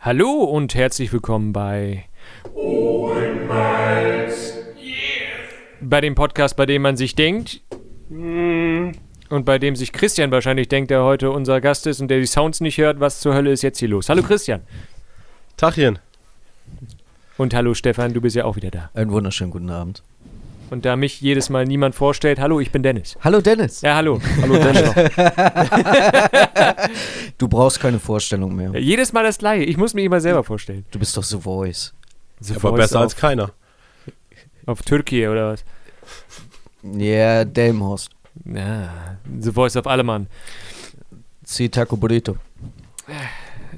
Hallo und herzlich willkommen bei Open Mics. bei dem Podcast, bei dem man sich denkt und bei dem sich Christian wahrscheinlich denkt, der heute unser Gast ist und der die Sounds nicht hört, was zur Hölle ist jetzt hier los. Hallo Christian Tachchen. und hallo Stefan, du bist ja auch wieder da. Einen wunderschönen guten Abend. Und da mich jedes Mal niemand vorstellt, hallo, ich bin Dennis. Hallo Dennis. Ja, hallo. Hallo Dennis. Du brauchst keine Vorstellung mehr. Jedes Mal das gleiche. Ich muss mich immer selber vorstellen. Du bist doch The Voice. So Aber Voice besser auf, als keiner. auf Türkei oder was? Ja, yeah, Delmhorst. Ja, The Voice of Allemann. Si Taco Burrito.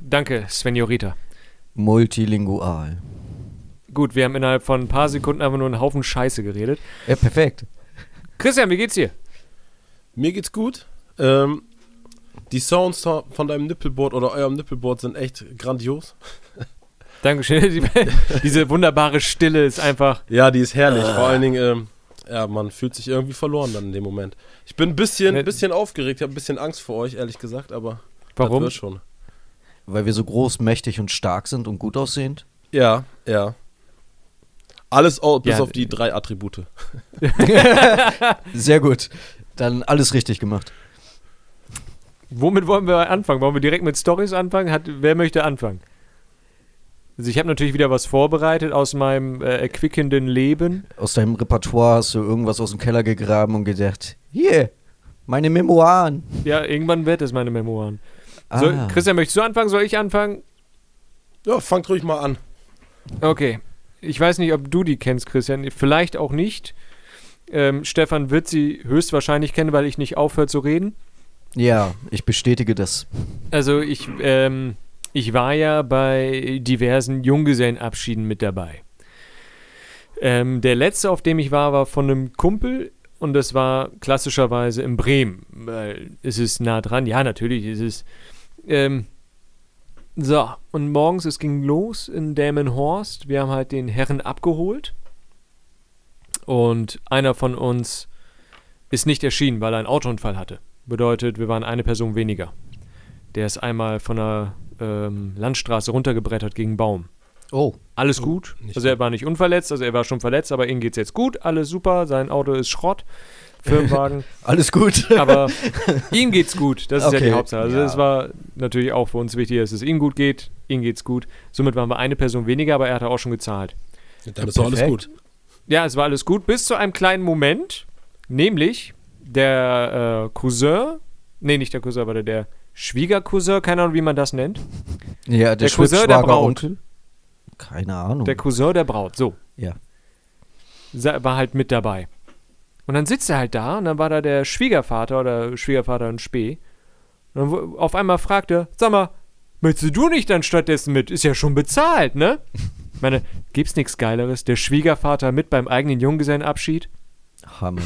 Danke, Svenjorita. Multilingual. Gut, wir haben innerhalb von ein paar Sekunden einfach nur einen Haufen Scheiße geredet. Ja, perfekt. Christian, wie geht's dir? Mir geht's gut. Ähm, die Sounds von deinem Nippelboard oder eurem Nippelboard sind echt grandios. Dankeschön. Die- Diese wunderbare Stille ist einfach. Ja, die ist herrlich. Ah. Vor allen Dingen, ähm, ja, man fühlt sich irgendwie verloren dann in dem Moment. Ich bin ein bisschen, Ne- bisschen aufgeregt, habe ein bisschen Angst vor euch, ehrlich gesagt, aber das Warum? wird schon. Weil wir so groß, mächtig und stark sind und gut aussehend. Ja, ja. Alles au- bis Ja, auf die drei Attribute. Sehr gut. Dann alles richtig gemacht. Womit wollen wir anfangen? Wollen wir direkt mit Stories anfangen? Hat, wer möchte anfangen? Also ich habe natürlich wieder was vorbereitet aus meinem äh, erquickenden Leben. Aus deinem Repertoire hast du irgendwas aus dem Keller gegraben und gedacht, hier, meine Memoiren. Ja, irgendwann wird es meine Memoiren. Soll- Ah. Christian, möchtest du anfangen? Soll ich anfangen? Ja, fangt ruhig mal an. Okay. Ich weiß nicht, ob du die kennst, Christian. Vielleicht auch nicht. Ähm, Stefan wird sie höchstwahrscheinlich kennen, weil ich nicht aufhöre zu reden. ja, ich bestätige das. Also ich, ähm, ich war ja bei diversen Junggesellenabschieden mit dabei. Ähm, der letzte, auf dem ich war, war von einem Kumpel und das war klassischerweise in Bremen. Weil es ist nah dran. Ja, natürlich ist es. Ähm, so, und morgens, es ging los in Dämenhorst. Wir haben halt den Herren abgeholt. Und einer von uns ist nicht erschienen, weil er einen Autounfall hatte. Bedeutet, wir waren eine Person weniger. Der ist einmal von der ähm, Landstraße runtergebrettert gegen einen Baum. Oh, Alles gut. nicht Also er war nicht unverletzt, also er war schon verletzt, aber ihm geht's jetzt gut, alles super, sein Auto ist Schrott, Firmenwagen, alles gut. aber ihm geht's gut. Das ist ja Okay, die Hauptsache. Also ja. es war natürlich auch für uns wichtig, dass es ihm gut geht, ihm geht's gut. Somit waren wir eine Person weniger, aber er hatte auch schon gezahlt. Dann ist doch alles Perfekt. gut. Ja, es war alles gut, bis zu einem kleinen Moment, nämlich der äh, Cousin, nee, nicht der Cousin, aber der Schwiegercousin, keine Ahnung, wie man das nennt. Ja, der, Der Cousin der Schwibschwager Braut. Onkel. Keine Ahnung. Der Cousin der Braut, so. Oh. Ja. Sa- War halt mit dabei. Und dann sitzt er halt da und dann war da der Schwiegervater oder Schwiegervater in Spee. Und dann wo- auf einmal fragt er, sag mal, möchtest du nicht dann stattdessen mit? Ist ja schon bezahlt, ne? Ich meine, gibt's nichts Geileres? Der Schwiegervater mit beim eigenen Junggesellenabschied? Hammer.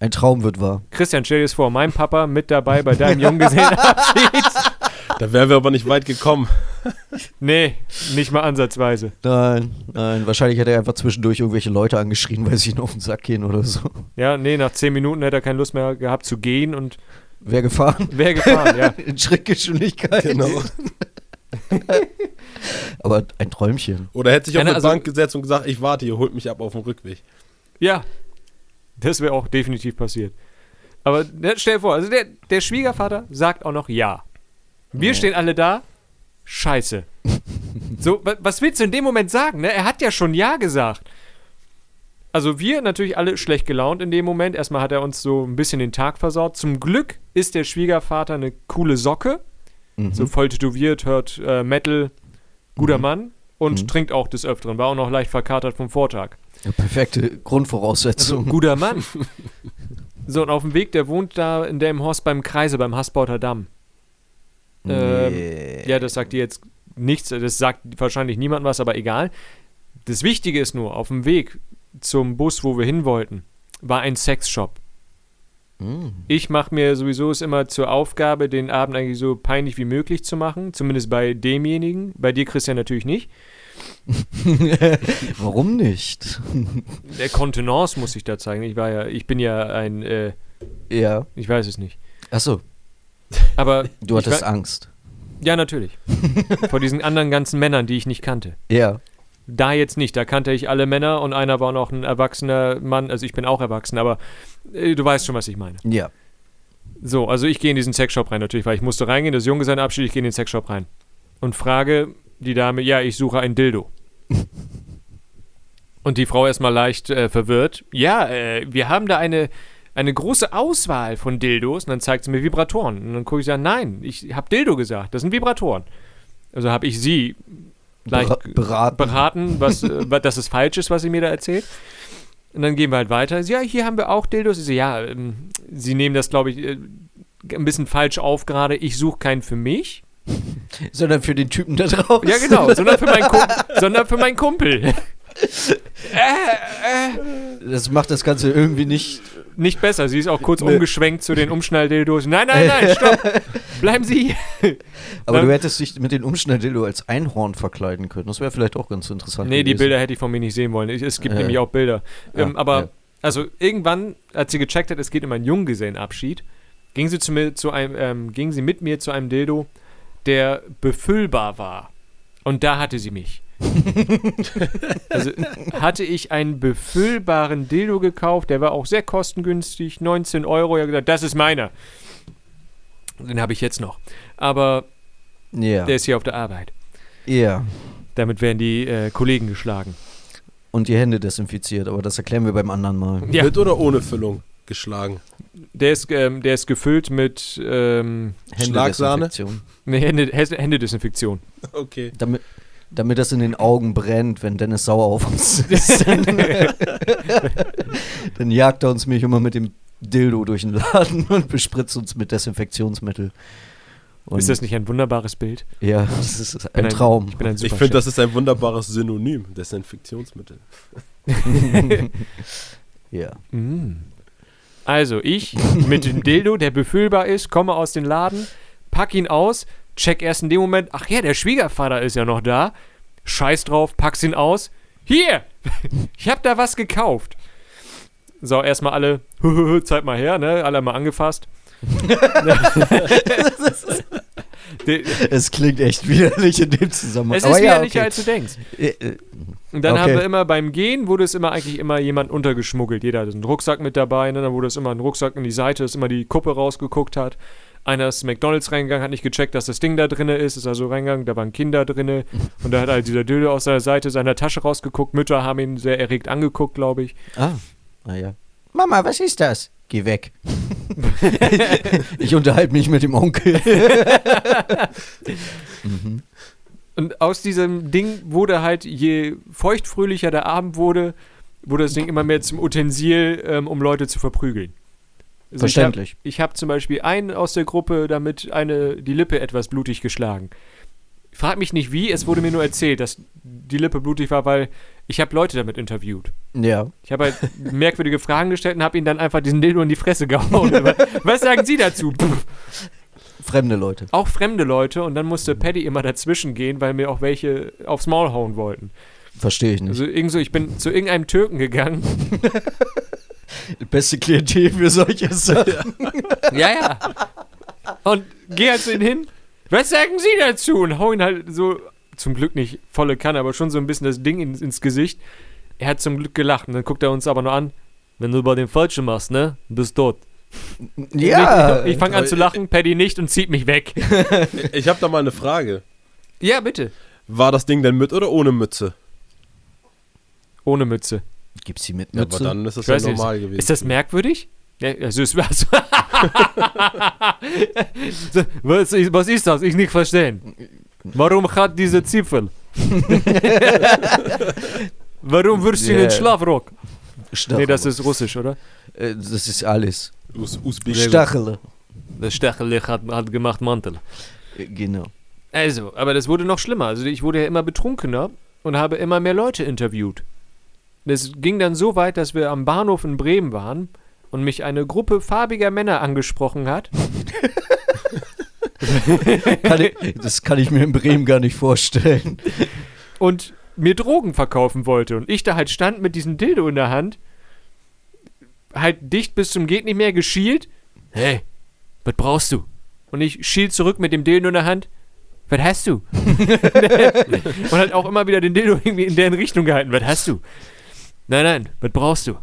Ein Traum wird wahr. Christian, stell dir das vor, mein Papa mit dabei bei deinem Junggesellenabschied. Da wären wir aber nicht weit gekommen. Nee, nicht mal ansatzweise. Nein, nein, wahrscheinlich hätte er einfach zwischendurch irgendwelche Leute angeschrien, weil sie ihn auf den Sack gehen oder so. Ja, nee, nach zehn Minuten hätte er keine Lust mehr gehabt zu gehen und Wer gefahren? wäre gefahren, ja. In Schrittgeschwindigkeit. Genau. Aber ein Träumchen. Oder hätte sich Ja, auf ne, eine also- Bank gesetzt und gesagt, ich warte, ihr holt mich ab auf dem Rückweg. Ja, das wäre auch definitiv passiert. Aber ne, stell dir vor, also der, der Schwiegervater sagt auch noch ja. Wir stehen alle da, scheiße. so, wa- was willst du in dem Moment sagen? Ne? Er hat ja schon ja gesagt. Also wir natürlich alle schlecht gelaunt in dem Moment. Erstmal hat er uns so ein bisschen den Tag versaut. Zum Glück ist der Schwiegervater eine coole Socke. Mhm. So voll tätowiert, hört äh, Metal, guter Mann und trinkt auch des Öfteren. War auch noch leicht verkatert vom Vortag. Ja, perfekte Also, Grundvoraussetzung. guter Mann. so, und auf dem Weg, der wohnt da in Delmhorst beim Kreise, beim Hassbauter Damm. Ähm, Nee. Ja, das sagt dir jetzt nichts, das sagt wahrscheinlich niemand was, aber egal. Das Wichtige ist nur, auf dem Weg zum Bus, wo wir hin wollten, war ein Sexshop. Mm. Ich mache mir sowieso es immer zur Aufgabe, den Abend eigentlich so peinlich wie möglich zu machen, zumindest bei demjenigen, bei dir Christian natürlich nicht. Warum nicht? Der Kontenance muss ich da zeigen. Ich war ja, ich bin ja ein, äh, Ja. ich weiß es nicht. Achso, Aber du ich hattest war- Angst. Ja, natürlich. Vor diesen anderen ganzen Männern, die ich nicht kannte. Ja. Da jetzt nicht, da kannte ich alle Männer und einer war noch ein erwachsener Mann, also ich bin auch erwachsen, aber äh, du weißt schon, was ich meine. Ja. So, also ich gehe in diesen Sexshop rein natürlich, weil ich musste reingehen, das Junggesellenabschied, ich gehe in den Sexshop rein und frage die Dame, ja, ich suche ein Dildo. und die Frau erstmal leicht äh, verwirrt, ja, äh, wir haben da eine, eine große Auswahl von Dildos und dann zeigt sie mir Vibratoren. Und dann gucke ich, ja, nein, ich habe Dildo gesagt, das sind Vibratoren. Also habe ich sie leicht Bera- beraten. beraten, was, äh, wa- dass es falsch ist, was sie mir da erzählt. Und dann gehen wir halt weiter. Sie, ja, hier haben wir auch Dildos. Ich so, ja, ähm, sie nehmen das, glaube ich, äh, ein bisschen falsch auf gerade. Ich suche keinen für mich. Sondern für den Typen da draußen. Ja, genau, sondern für meinen, Kump sondern für meinen Kumpel. Das macht das Ganze irgendwie nicht. Nicht besser. Sie ist auch kurz umgeschwenkt zu den Umschnalldildos. Nein, nein, nein, stopp. Bleiben Sie hier. Aber Ähm, du hättest dich mit den Umschnelldildo als Einhorn verkleiden können. Das wäre vielleicht auch ganz interessant. Nee, die gewesen. Bilder hätte ich von mir nicht sehen wollen. Ich, es gibt Ja. nämlich auch Bilder. ähm, Ja, aber, ja. also irgendwann, als sie gecheckt hat, es geht um einen Junggesellenabschied, ging sie, zu mir, zu einem, ähm, ging sie mit mir zu einem Dildo, der befüllbar war. Und da hatte sie mich. also hatte ich einen befüllbaren Dildo gekauft, der war auch sehr kostengünstig, 19 Euro. Ich habe gesagt, das ist meiner. Den habe ich jetzt noch. Aber Ja. der ist hier auf der Arbeit. ja. Damit werden die äh, Kollegen geschlagen. Und die Hände desinfiziert, aber das erklären wir beim anderen Mal. Ja. Mit oder ohne Füllung geschlagen. Der ist, ähm, der ist gefüllt mit ähm, Schlagsahne? Händedesinfektion. ne, Hände, Häs- Händedesinfektion. Okay. Damit, damit das in den Augen brennt, wenn Dennis sauer auf uns ist. Dann jagt er uns mich immer mit dem Dildo durch den Laden und bespritzt uns mit Desinfektionsmittel. Und ist das nicht ein wunderbares Bild? Ja, das ist bin ein Traum. Ich bin ein super Ich finde, das ist ein wunderbares Synonym, Desinfektionsmittel. ja. Mm. Also, ich mit dem Dildo, der befüllbar ist, komme aus dem Laden, pack ihn aus, check erst in dem Moment, ach ja, der Schwiegervater ist ja noch da. Scheiß drauf, pack's ihn aus. Hier! Ich hab da was gekauft. So, erstmal alle, zeig mal her, ne? Alle mal angefasst. De- Es klingt echt widerlich in dem Zusammenhang. Es ist widerlicher, als du denkst. als. Und dann Okay. haben wir immer beim Gehen, wurde es immer eigentlich immer jemand untergeschmuggelt. Jeder hatte einen Rucksack mit dabei, ne? dann wurde es immer ein Rucksack in die Seite, dass immer die Kuppe rausgeguckt hat. Einer ist McDonalds reingegangen, hat nicht gecheckt, dass das Ding da drinne ist, ist also reingegangen, da waren Kinder drinne und da hat halt dieser Dildo aus seiner Seite seiner Tasche rausgeguckt. Mütter haben ihn sehr erregt angeguckt, glaube ich. Ah, ah ja. Mama, was ist das? Geh weg. ich unterhalte mich mit dem Onkel. Mhm. Und aus diesem Ding wurde halt, je feuchtfröhlicher der Abend wurde, wurde das Ding immer mehr zum Utensil, ähm, um Leute zu verprügeln. Also ich hab- Verständlich. Ich habe zum Beispiel einen aus der Gruppe damit eine, die Lippe etwas blutig geschlagen. Frag mich nicht wie, es wurde mir nur erzählt, dass die Lippe blutig war, weil ich habe Leute damit interviewt. Ja. Ich habe halt merkwürdige Fragen gestellt und habe ihnen dann einfach diesen Dildo in die Fresse gehauen. Aber Was sagen Sie dazu? Pff, Fremde Leute. auch fremde Leute und dann musste Paddy immer dazwischen gehen, weil mir auch welche aufs Maul hauen wollten. Verstehe ich nicht. Also irgend so, ich bin zu irgendeinem Türken gegangen. Also, Beste Klientel für solche Sachen. Ja, ja. Und geh halt zu ihm hin. Was sagen Sie dazu? Und hau ihn halt so, zum Glück nicht volle Kanne, aber schon so ein bisschen das Ding ins, ins Gesicht. Er hat zum Glück gelacht und dann guckt er uns aber nur an. Wenn du über den Falschen machst, ne? Bist tot. Ja. Ich, ich fange an zu lachen, Paddy nicht und zieht mich weg. Ich habe da mal eine Frage. Ja, bitte. War das Ding denn mit oder ohne Mütze? Ohne Mütze. Gibt's die mit Ja, Mütze? aber dann ist das Ich ja weiß nicht, normal Ist gewesen. das merkwürdig? Ja, also es war so. So, was, ist, was ist das? Ich nicht verstehen. Warum hat diese Zipfel? Warum wirst du in den Yeah. Schlafrock? Stachel. Nee, das ist russisch, oder? Äh, das ist alles. Us Usbek. Stachel. Der Stachelig hat, hat gemacht Mantel. Äh, Genau. Also, aber das wurde noch schlimmer. Also ich wurde ja immer betrunkener und habe immer mehr Leute interviewt. Das ging dann so weit, dass wir am Bahnhof in Bremen waren und mich eine Gruppe farbiger Männer angesprochen hat. Kann ich, das kann ich mir in Bremen gar nicht vorstellen. und mir Drogen verkaufen wollte. Und ich da halt stand mit diesem Dildo in der Hand, halt dicht bis zum Geht nicht mehr geschielt. Hey, was brauchst du? Und ich schiel zurück mit dem Dildo in der Hand. was hast du? und hat auch immer wieder den Dildo irgendwie in deren Richtung gehalten. Was hast du? Nein, nein, was brauchst du?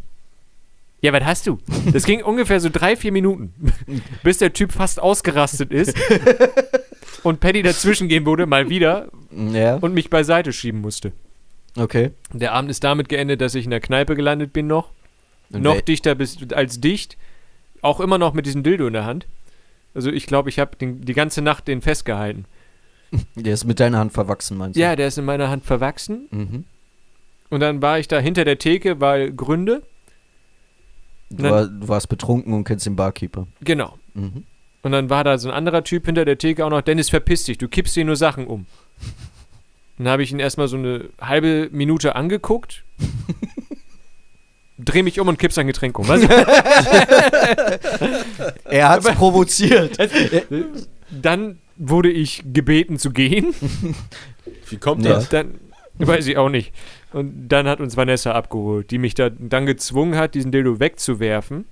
Ja, was hast du? Das ging ungefähr so drei, vier Minuten, bis der Typ fast ausgerastet ist und Paddy dazwischen gehen wurde, mal wieder, Ja, und mich beiseite schieben musste. okay. Der Abend ist damit geendet, dass ich in der Kneipe gelandet bin noch. Und noch wer- dichter bis, als dicht. Auch immer noch mit diesem Dildo in der Hand. Also ich glaube, ich habe die ganze Nacht den festgehalten. Der ist mit deiner Hand verwachsen, meinst du? Ja, der ist in meiner Hand verwachsen. Mhm. Und dann war ich da hinter der Theke, weil Gründe. Du, Nein. war, du warst betrunken und kennst den Barkeeper. Genau. Mhm. Und dann war da so ein anderer Typ hinter der Theke auch noch, Dennis, verpiss dich, du kippst dir nur Sachen um. Dann habe ich ihn erstmal so eine halbe Minute angeguckt, dreh mich um und kipp sein Getränk um. Weißt du? Er hat's provoziert. Dann wurde ich gebeten zu gehen. Wie kommt Ja. das? Dann weiß ich auch nicht. Und dann hat uns Vanessa abgeholt, die mich da, dann gezwungen hat, diesen Dildo wegzuwerfen.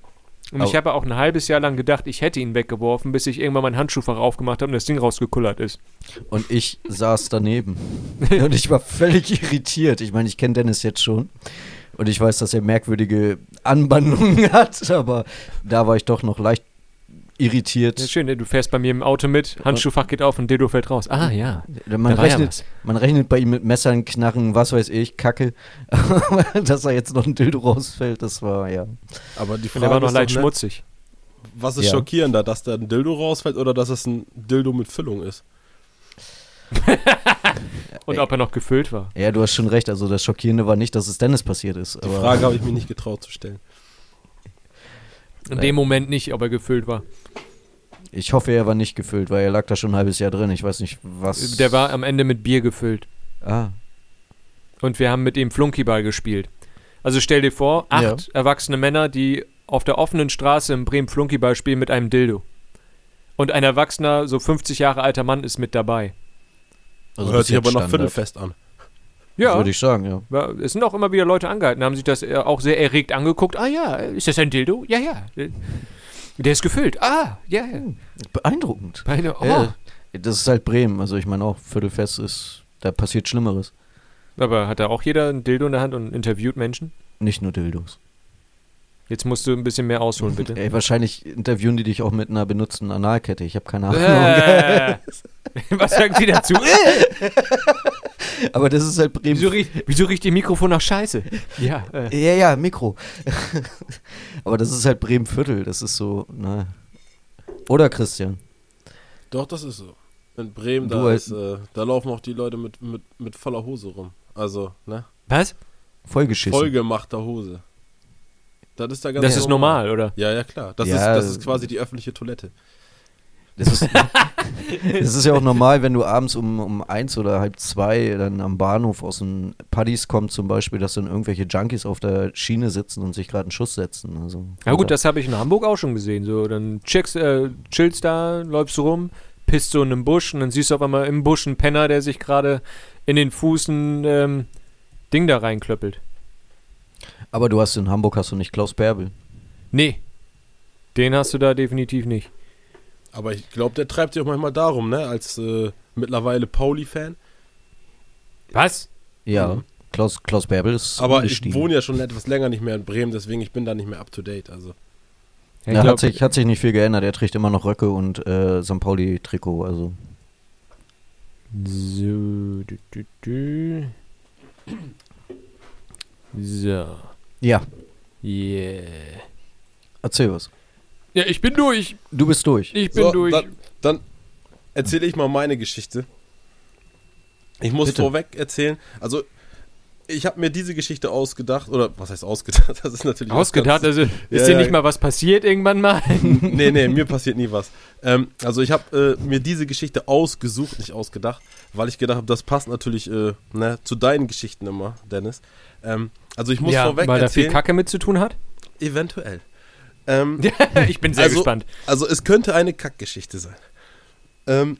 Und ich Au. habe auch ein halbes Jahr lang gedacht, ich hätte ihn weggeworfen, bis ich irgendwann meinen Handschuhfach aufgemacht habe und das Ding rausgekullert ist. Und ich saß daneben. Und ich war völlig irritiert. Ich meine, ich kenne Dennis jetzt schon. Und ich weiß, dass er merkwürdige Anbandlungen hat. Aber da war ich doch noch leicht Das ist irritiert. schön, ne? du fährst bei mir im Auto mit, Handschuhfach geht auf und Dildo fällt raus. Ah, ja. Da Man war ja rechnet, was. man rechnet bei ihm mit Messern, Knarren, was weiß ich, Kacke. Aber dass da jetzt noch ein Dildo rausfällt, das war ja. Aber die Und Frage der war noch ist doch leicht nicht, ne- schmutzig. Was ist Ja. schockierender, dass da ein Dildo rausfällt oder dass es ein Dildo mit Füllung ist? Und ob er noch gefüllt war. Ja, du hast schon recht. Also das Schockierende war nicht, dass es Dennis passiert Die ist. aber- Frage habe ich mir nicht getraut zu stellen. In dem Moment nicht, ob er gefüllt war. Ich hoffe, er war nicht gefüllt, weil er lag da schon ein halbes Jahr drin. Ich weiß nicht, was. Der war am Ende mit Bier gefüllt. Ah, Und wir haben mit ihm Flunkyball gespielt. Also stell dir vor, acht erwachsene Männer, die auf der offenen Straße in Bremen Flunkyball spielen mit einem Dildo. Und ein erwachsener, so 50 Jahre alter Mann ist mit dabei. also Hört bis sich jetzt aber nach Standard. Viertelfest an. Ja, Würde ich sagen, ja. wa- es sind auch immer wieder Leute angehalten, haben sich das äh, auch sehr erregt angeguckt. Ah ja, ist das ein Dildo? Ja, ja. Der ist gefüllt. Ah, ja, ja. Beeindruckend. Beide, oh. Ja, das ist halt Bremen. Also ich meine auch, Viertelfest ist, da passiert Schlimmeres. Aber hat da auch jeder ein Dildo in der Hand und interviewt Menschen? Nicht nur Dildos. Jetzt musst du ein bisschen mehr ausholen, bitte. Ey, wahrscheinlich interviewen die dich auch mit einer benutzten Analkette. Ich habe keine Ahnung. Äh, was sagen Sie dazu? Aber das ist halt Bremen. Wieso riecht, wieso riecht Ihr Mikrofon nach Scheiße? Ja. Äh. ja, ja, Mikro. Aber das ist halt Bremen-Viertel. Das ist so, na. Oder Christian? Doch, das ist so. In Bremen, Du halt da, als- ist, äh, da laufen auch die Leute mit, mit, mit voller Hose rum. Also, ne? Was? Vollgeschissen. Vollgemachter Hose. Das ist da ganz Das oh. ist normal, oder? Ja, ja, klar. Das, Ja, ist, das das- ist quasi die öffentliche Toilette. Das ist, das ist ja auch normal, wenn du abends um, um eins oder halb zwei dann am Bahnhof aus den Puddies kommst, zum Beispiel, dass dann irgendwelche Junkies auf der Schiene sitzen und sich gerade einen Schuss setzen. Also, Ja gut, das habe ich in Hamburg auch schon gesehen. So, dann checkst, äh, chillst da, läufst rum, pisst so in einem Busch und dann siehst du auf einmal im Busch einen Penner, der sich gerade in den Fußen ähm, Ding da reinklöppelt. Aber du hast in Hamburg hast du nicht Klaus Bärbel. Nee. Den hast du da definitiv nicht. Aber ich glaube, der treibt sich auch manchmal darum, ne? Als äh, mittlerweile Pauli-Fan. Was? Ja, Mhm. Klaus, Klaus Bärbel ist Aber ich umgestiegen. wohne ja schon etwas länger nicht mehr in Bremen, deswegen ich bin da nicht mehr up to date. Also, Ja, ich Na, glaub, hat, sich, hat sich nicht viel geändert. Er trägt immer noch Röcke und äh, St. Pauli-Trikot. Also, So. dü, dü, dü. So. ja, Yeah. erzähl was. Ja, ich bin durch. Du bist durch. Ich bin So, durch. Dann, dann erzähle ich mal meine Geschichte. Ich muss Bitte. vorweg erzählen. Also, ich habe mir diese Geschichte ausgedacht. Oder was heißt ausgedacht? Das ist natürlich. was Ausgedacht, ganz- also ist Ja, dir ja. nicht mal was passiert irgendwann mal? nee, nee, mir passiert nie was. Ähm, also, ich habe äh, mir diese Geschichte ausgesucht, nicht ausgedacht, weil ich gedacht habe, das passt natürlich äh, ne, zu deinen Geschichten immer, Dennis. Ähm, also, ich muss vorweg weil da viel erzählen. Kacke mit zu tun hat? Eventuell. Ähm, ich bin sehr also, gespannt. Also es könnte eine Kackgeschichte sein. Ähm,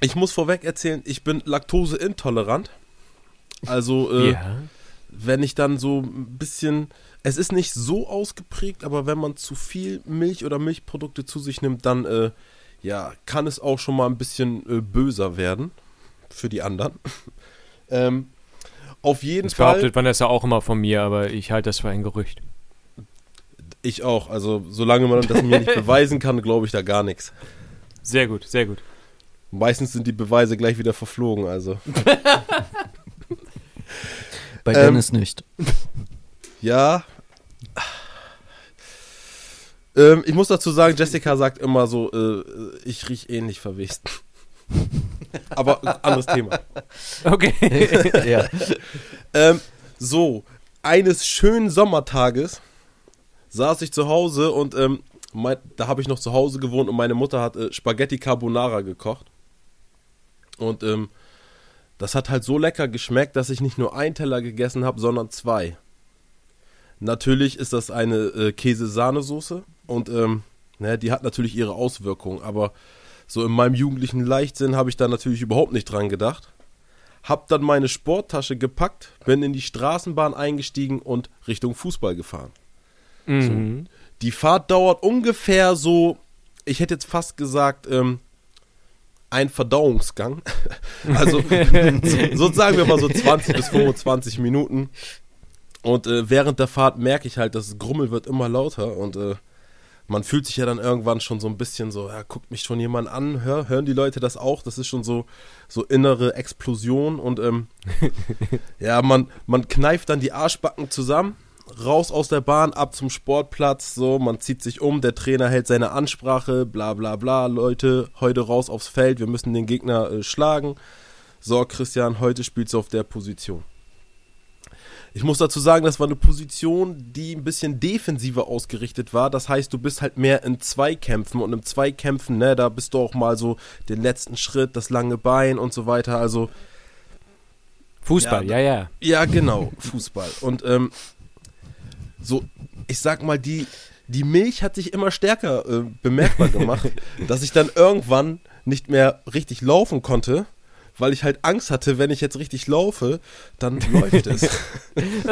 ich muss vorweg erzählen, ich bin laktoseintolerant. Also äh, ja. wenn ich dann so ein bisschen... Es ist nicht so ausgeprägt, aber wenn man zu viel Milch oder Milchprodukte zu sich nimmt, dann äh, ja, kann es auch schon mal ein bisschen äh, böser werden für die anderen. ähm, auf jeden Das Fall. behauptet Vanessa auch immer von mir, aber ich halte das für ein Gerücht. Ich auch. Also, solange man das mir nicht beweisen kann, glaube ich da gar nichts. Sehr gut, sehr gut. Meistens sind die Beweise gleich wieder verflogen, also. Bei Ähm, Dennis nicht. Ja. Ähm, ich muss dazu sagen, Jessica sagt immer so, äh, ich riech ähnlich verwest. Aber äh, anderes Thema. Okay. ja. Ähm, so, eines schönen Sommertages saß ich zu Hause und ähm, mein, da habe ich noch zu Hause gewohnt und meine Mutter hat äh, Spaghetti Carbonara gekocht. Und ähm, das hat halt so lecker geschmeckt, dass ich nicht nur einen Teller gegessen habe, sondern zwei. Natürlich ist das eine äh, Käse-Sahnesoße und ähm, ne, die hat natürlich ihre Auswirkungen, aber so in meinem jugendlichen Leichtsinn habe ich da natürlich überhaupt nicht dran gedacht. Hab dann meine Sporttasche gepackt, bin in die Straßenbahn eingestiegen und Richtung Fußball gefahren. mhm. Die Fahrt dauert ungefähr so, ich hätte jetzt fast gesagt, ähm, ein Verdauungsgang. Also so, so sagen wir mal so 20 bis 25 Minuten. Und äh, während der Fahrt merke ich halt, das Grummel wird immer lauter und äh, man fühlt sich ja dann irgendwann schon so ein bisschen so, ja, guckt mich schon jemand an, hör, hören die Leute das auch? Das ist schon so, so innere Explosion und ähm, ja, man, man kneift dann die Arschbacken zusammen, raus aus der Bahn, ab zum Sportplatz, so, man zieht sich um, der Trainer hält seine Ansprache, bla bla bla, Leute, heute raus aufs Feld, wir müssen den Gegner äh, schlagen. So, Christian, heute spielst du auf der Position. Ich muss dazu sagen, das war eine Position, die ein bisschen defensiver ausgerichtet war. Das heißt, du bist halt mehr in Zweikämpfen und im Zweikämpfen, ne, da bist du auch mal so den letzten Schritt, das lange Bein und so weiter. Also, Fußball, ja, Ja, ja. ja, genau, Fußball. Und ähm, so, ich sag mal, die, die Milch hat sich immer stärker äh, bemerkbar gemacht, dass ich dann irgendwann nicht mehr richtig laufen konnte, weil ich halt Angst hatte, wenn ich jetzt richtig laufe, dann läuft es.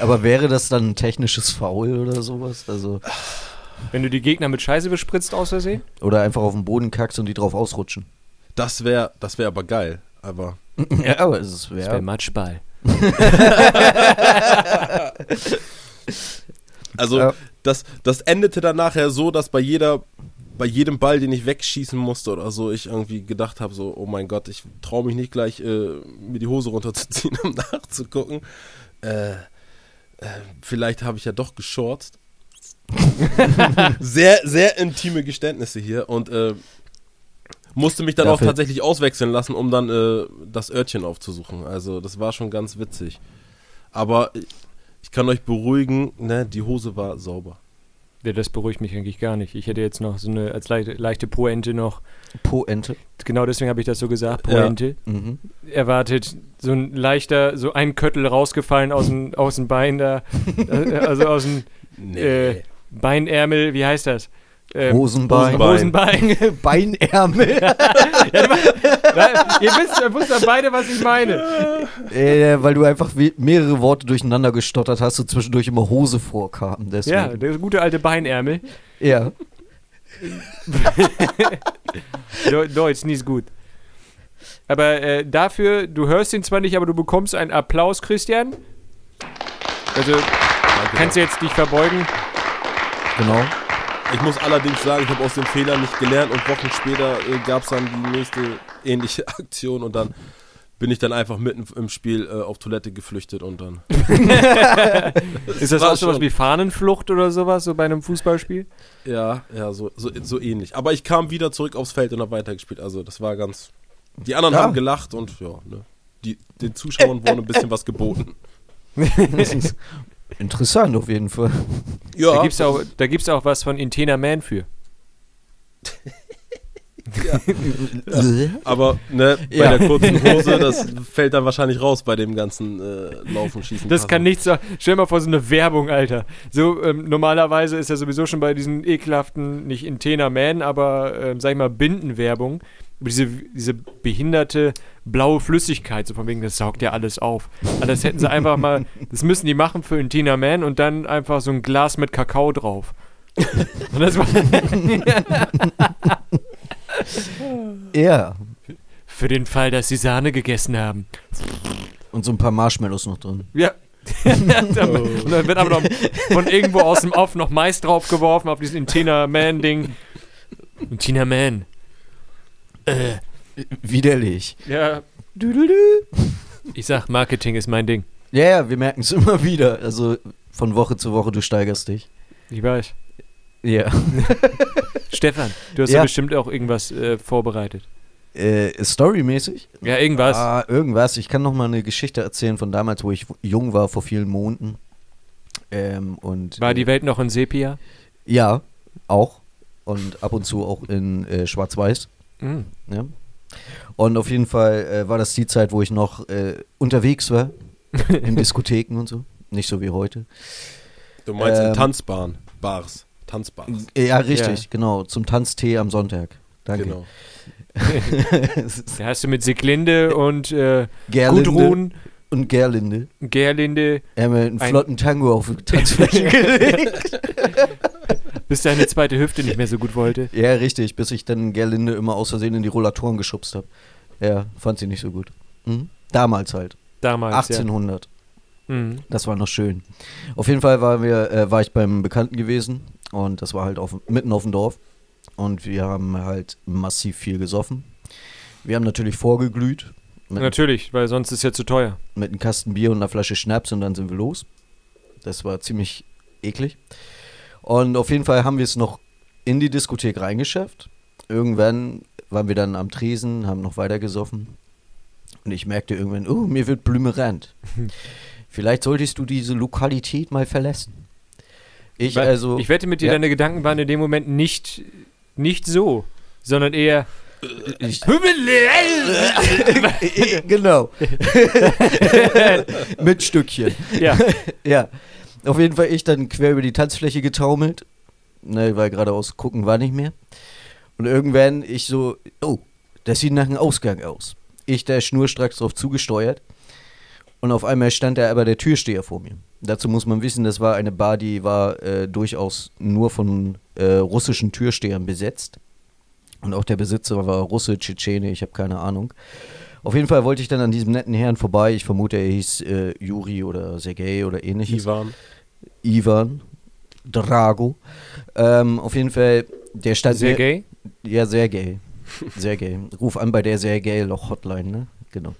Aber wäre das dann ein technisches Foul oder sowas? Also, Wenn du die Gegner mit Scheiße bespritzt aus Versehen? oder einfach auf den Boden kackst und die drauf ausrutschen. Das wäre das wär aber geil. Aber Ja, aber es Das wäre wäre. Matschball. Also Ja. das, das endete dann nachher so, dass bei jeder, bei jedem Ball, den ich wegschießen musste oder so, ich irgendwie gedacht habe, so, oh mein Gott, ich traue mich nicht gleich, äh, mir die Hose runterzuziehen, um nachzugucken. Äh, äh, vielleicht habe ich ja doch geschorzt. sehr, sehr intime Geständnisse hier und äh, musste mich dann auch Dafür- tatsächlich auswechseln lassen, um dann äh, das Örtchen aufzusuchen. Also das war schon ganz witzig. Aber ich kann euch beruhigen, ne, die Hose war sauber. Ja, das beruhigt mich eigentlich gar nicht. Ich hätte jetzt noch so eine als leichte, leichte Poente noch. Po-Ente. Genau deswegen habe ich das so gesagt, Ja. Poente. Mhm. Erwartet so ein leichter, so ein Köttel rausgefallen aus dem, aus dem Bein da. Äh, Also aus dem äh, Beinärmel, wie heißt das? Ähm, Hosenbein. Hosenbein. Beinärmel. Nein, ihr wisst, ihr wisst ja beide, was ich meine. äh, weil du einfach we- mehrere Worte durcheinander gestottert hast und zwischendurch immer Hose vorkam. Ja, Deswegen. der gute alte Beinärmel. Ja. Deu- Deutsch, nicht gut. Aber äh, dafür, du hörst ihn zwar nicht, aber du bekommst einen Applaus, Christian. Also kannst du jetzt dich verbeugen. genau. Ich muss allerdings sagen, ich habe aus dem Fehler nicht gelernt und Wochen später äh, gab es dann die nächste ähnliche Aktion und dann bin ich dann einfach mitten im Spiel äh, auf Toilette geflüchtet und dann. Ist das war auch sowas schon- wie Fahnenflucht oder sowas, so bei einem Fußballspiel? Ja, ja, so, so, so ähnlich. Aber ich kam wieder zurück aufs Feld und habe weitergespielt. Also das war ganz. Die anderen Ja. haben gelacht und ja, ne. Die, den Zuschauern wurde ein bisschen was geboten. Interessant auf jeden Fall. Ja, Da gibt es auch, da gibt's auch was von Intena Man für. aber ne, bei Ja. der kurzen Hose, das fällt dann wahrscheinlich raus bei dem ganzen äh, Laufen, Schießen. Das kann Passen. nichts. Stell dir mal vor, so eine Werbung, Alter. So, ähm, normalerweise ist ja sowieso schon bei diesen ekelhaften, nicht Intena Man, aber, ähm, sag ich mal, Bindenwerbung. über Diese, diese behinderte blaue Flüssigkeit, so von wegen, das saugt ja alles auf. Aber das hätten sie einfach mal, das müssen die machen für Intena Man und dann einfach so ein Glas mit Kakao drauf. Und das war Ja. für den Fall, dass sie Sahne gegessen haben. Und so ein paar Marshmallows noch drin. Ja. und dann wird aber noch von irgendwo aus dem Off noch Mais draufgeworfen auf diesen Tina Man-Ding. Tina Man. Äh, Widerlich. ja, ich sag, Marketing ist mein Ding. Ja, ja, wir merken es immer wieder. Also von Woche zu Woche, du steigerst dich. Ich weiß. Ja. Stefan, du hast Ja. ja bestimmt auch irgendwas äh, vorbereitet. Äh, storymäßig? Ja, irgendwas. Ah, irgendwas. Ich kann noch mal eine Geschichte erzählen von damals, wo ich jung war, vor vielen Monaten. Ähm, und War die Welt noch in Sepia? Ja, auch. Und ab und zu auch in äh, Schwarz-Weiß. Mhm. Ja. Und auf jeden Fall äh, war das die Zeit, wo ich noch äh, unterwegs war, in Diskotheken und so. Nicht so wie heute. Du meinst Ähm. in Tanzbahn, Bars, Tanzbars. Äh, Ja, richtig, Ja. genau. Zum Tanztee am Sonntag. Danke. Genau. Es ist Da hast du mit Siglinde und äh, Gerlinde Gudrun, und Gerlinde. Gerlinde, Er hat mir einen Ein- flotten Tango auf die Tanzfläche gelegt. bis deine zweite Hüfte nicht mehr so gut wollte. ja, richtig, bis ich dann Gerlinde immer aus Versehen in die Rollatoren geschubst habe. Ja, fand sie nicht so gut. Mhm. Damals halt. Damals. 1800. Ja. Mhm. Das war noch schön. Auf jeden Fall waren wir, äh, war ich beim Bekannten gewesen und das war halt auf, mitten auf dem Dorf. Und wir haben halt massiv viel gesoffen. Wir haben natürlich vorgeglüht mit, Natürlich, weil sonst ist ja zu teuer. mit einem Kasten Bier und einer Flasche Schnaps und dann sind wir los. Das war ziemlich eklig. Und auf jeden Fall haben wir es noch in die Diskothek reingeschafft. Irgendwann waren wir dann am Tresen, haben noch weiter gesoffen. Und ich merkte irgendwann, oh, mir wird blümerant. Vielleicht solltest du diese Lokalität mal verlassen. Ich Weil- also, ich wette mit dir, ja. deine Gedanken waren in dem Moment nicht, nicht so, sondern eher. Äh, ich- ja, genau. Mit Stückchen. Ja. Auf jeden Fall ich dann quer über die Tanzfläche getaumelt. Ne, weil geradeaus gucken war nicht mehr. Und irgendwann ich so, oh, das sieht nach einem Ausgang aus. Ich da schnurstracks drauf zugesteuert. Und auf einmal stand da aber der Türsteher vor mir. Dazu muss man wissen, das war eine Bar, die war äh, durchaus nur von äh, russischen Türstehern besetzt. Und auch der Besitzer war Russe, Tschetschene, ich habe keine Ahnung. Auf jeden Fall wollte ich dann an diesem netten Herrn vorbei. Ich vermute, er hieß äh, Juri oder Sergei oder ähnliches. Ivan. Ivan Drago. Ähm, auf jeden Fall, der stand Sehr gay. Mir, ja, sehr gay. Sehr gay. Ruf an bei der sehr gay Loch Hotline, ne? Genau.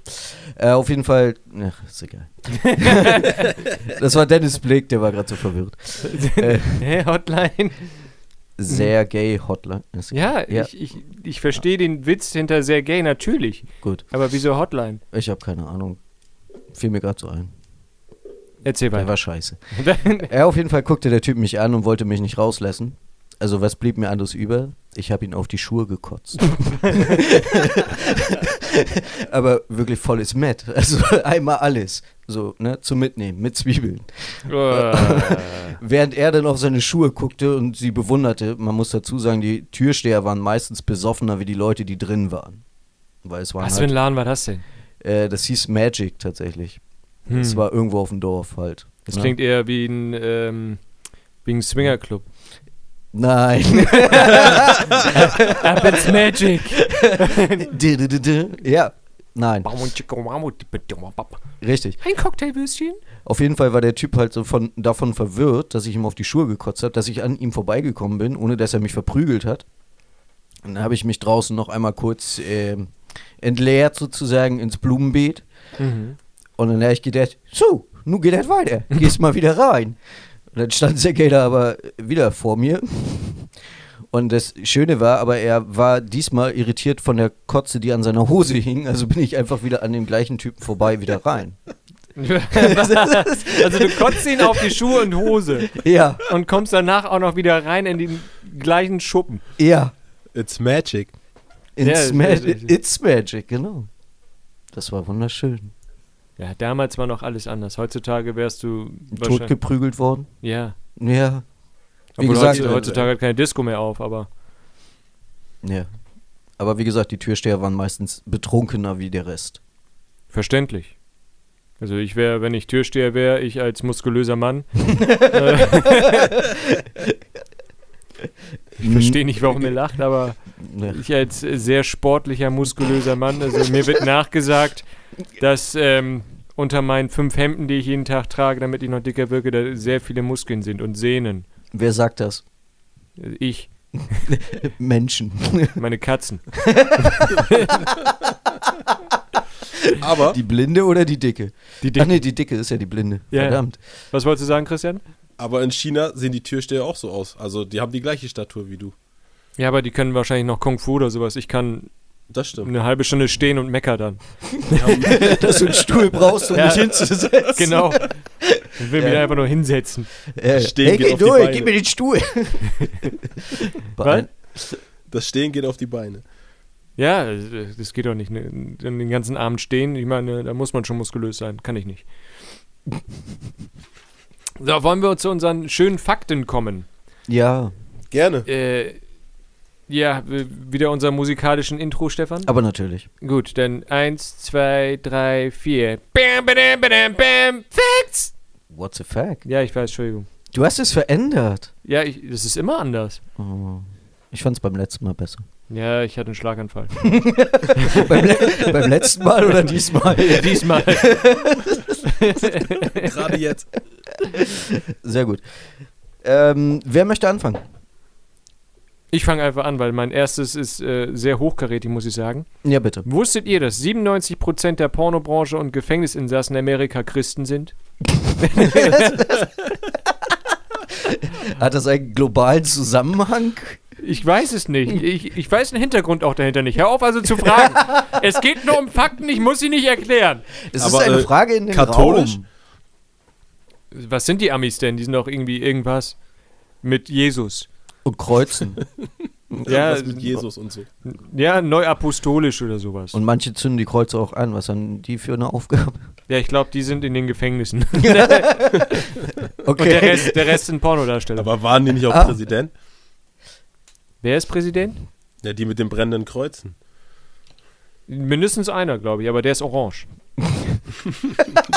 Äh, auf jeden Fall, ach, ist egal. das war Dennis Blake, der war gerade so verwirrt. Äh, Hä, Hotline. sehr gay Hotline. Ist egal. Ja, Ja. ich, ich, ich verstehe den Witz hinter sehr gay, natürlich. Gut, Aber wieso Hotline? ich habe keine Ahnung. Fiel mir gerade so ein. Erzähl Der war weiter. scheiße. Ja, auf jeden Fall guckte der Typ mich an und wollte mich nicht rauslassen. Also was blieb mir anderes über? Ich habe ihn auf die Schuhe gekotzt. Aber wirklich volles Met. Also einmal alles. So, ne, zum Mitnehmen, mit Zwiebeln. Uah. Während er dann auf seine Schuhe guckte und sie bewunderte, man muss dazu sagen, die Türsteher waren meistens besoffener wie die Leute, die drin waren. Weil es waren Was für ein halt, Laden Ah, war das denn? äh, das hieß Magic tatsächlich. Hm. Es war irgendwo auf dem Dorf halt. Das Ne? klingt eher wie ein, ähm, wie ein Swingerclub. Nein. Up it's magic. ja. Nein, Ein richtig. Cocktailwürstchen? Auf jeden Fall war der Typ halt so von, davon verwirrt, dass ich ihm auf die Schuhe gekotzt habe, dass ich an ihm vorbeigekommen bin, ohne dass er mich verprügelt hat. Und dann habe ich mich draußen noch einmal kurz ähm, entleert sozusagen ins Blumenbeet. Mhm. Und dann habe ich gedacht, so, nun geht das weiter. Gehst mal wieder rein. Und dann stand Sergej da aber wieder vor mir. Und das Schöne war, aber er war diesmal irritiert von der Kotze, die an seiner Hose hing. Also bin ich einfach wieder an dem gleichen Typen vorbei wieder rein. also du kotzt ihn auf die Schuhe und Hose Ja, und kommst danach auch noch wieder rein in den gleichen Schuppen. ja. It's magic. It's, Ja, ma richtig. it's Magic, genau. Das war wunderschön. Ja, damals war noch alles anders. Heutzutage wärst du wahrscheinlich... Totgeprügelt worden. Ja. Ja. Wie Obwohl gesagt, äh, heutzutage, heutzutage hat keine Disco mehr auf, aber... ja. Aber wie gesagt, die Türsteher waren meistens betrunkener wie der Rest. Verständlich. Also ich wäre, wenn ich Türsteher wäre, ich als muskulöser Mann. Ich verstehe nicht, warum ihr lacht, aber Ne. ich als sehr sportlicher, muskulöser Mann, also mir wird nachgesagt, dass ähm, unter meinen fünf Hemden, die ich jeden Tag trage, damit ich noch dicker wirke, da sehr viele Muskeln sind und Sehnen. Wer sagt das? Ich, Menschen. meine Katzen. Aber Die Blinde oder die Dicke? Die Ach Dicken. nee, die Dicke ist ja die Blinde. Ja. Verdammt. Was wolltest du sagen, Christian? Aber in China sehen die Türsteher auch so aus. Also die haben die gleiche Statur wie du. Ja, aber die können wahrscheinlich noch Kung Fu oder sowas. Ich kann Das stimmt. eine halbe Stunde stehen und mecker dann. Dass du einen Stuhl brauchst, um Ja. dich hinzusetzen. Genau. Ich will mich Ja. einfach nur hinsetzen. Äh, Stehen hey, geht geh auf die durch, Beine. gib mir den Stuhl. Bein- Das Stehen geht auf die Beine. Ja, äh, das geht doch nicht. ne? Den den ganzen Abend stehen, ich meine, da muss man schon muskulös sein. Kann ich nicht. So, wollen wir zu unseren schönen Fakten kommen? Ja, Gerne. Äh, ja, w- wieder unser musikalischen Intro, Stefan. aber natürlich. Gut, dann eins, zwei, drei, vier. Bam, badam, badam, bam. Facts! What's a fact? Ja, ich weiß, Entschuldigung. Du hast es verändert. Ja, ich, das ist immer anders. Oh. Ich fand es beim letzten Mal besser. Ja, ich hatte einen Schlaganfall. beim, le beim letzten Mal oder diesmal? Diesmal. Gerade jetzt. Sehr gut. Ähm, wer möchte anfangen? Ich fange einfach an, weil mein erstes ist äh, sehr hochkarätig, muss ich sagen. Ja, bitte. Wusstet ihr, dass 97% der Pornobranche und Gefängnisinsassen in Amerika Christen sind? Hat das einen globalen Zusammenhang? Ich weiß es nicht. Ich, ich weiß den Hintergrund auch dahinter nicht. Hör auf also zu fragen. es geht nur um Fakten, ich muss sie nicht erklären. Es Aber, ist eine äh, Frage in den katholisch? Raum. Was sind die Amis denn? Die sind doch irgendwie irgendwas mit Jesus. Und kreuzen. Ja, Irgendwas mit Jesus und so. Ja, neuapostolisch oder sowas. Und manche zünden die Kreuze auch an. Was haben die für eine Aufgabe? ja, ich glaube, die sind in den Gefängnissen. Okay. Und der Rest, der Rest sind Pornodarsteller. Aber waren die nicht auch Ah. Präsident? Wer ist Präsident? Ja, die mit den brennenden Kreuzen. Mindestens einer, glaube ich, aber der ist orange.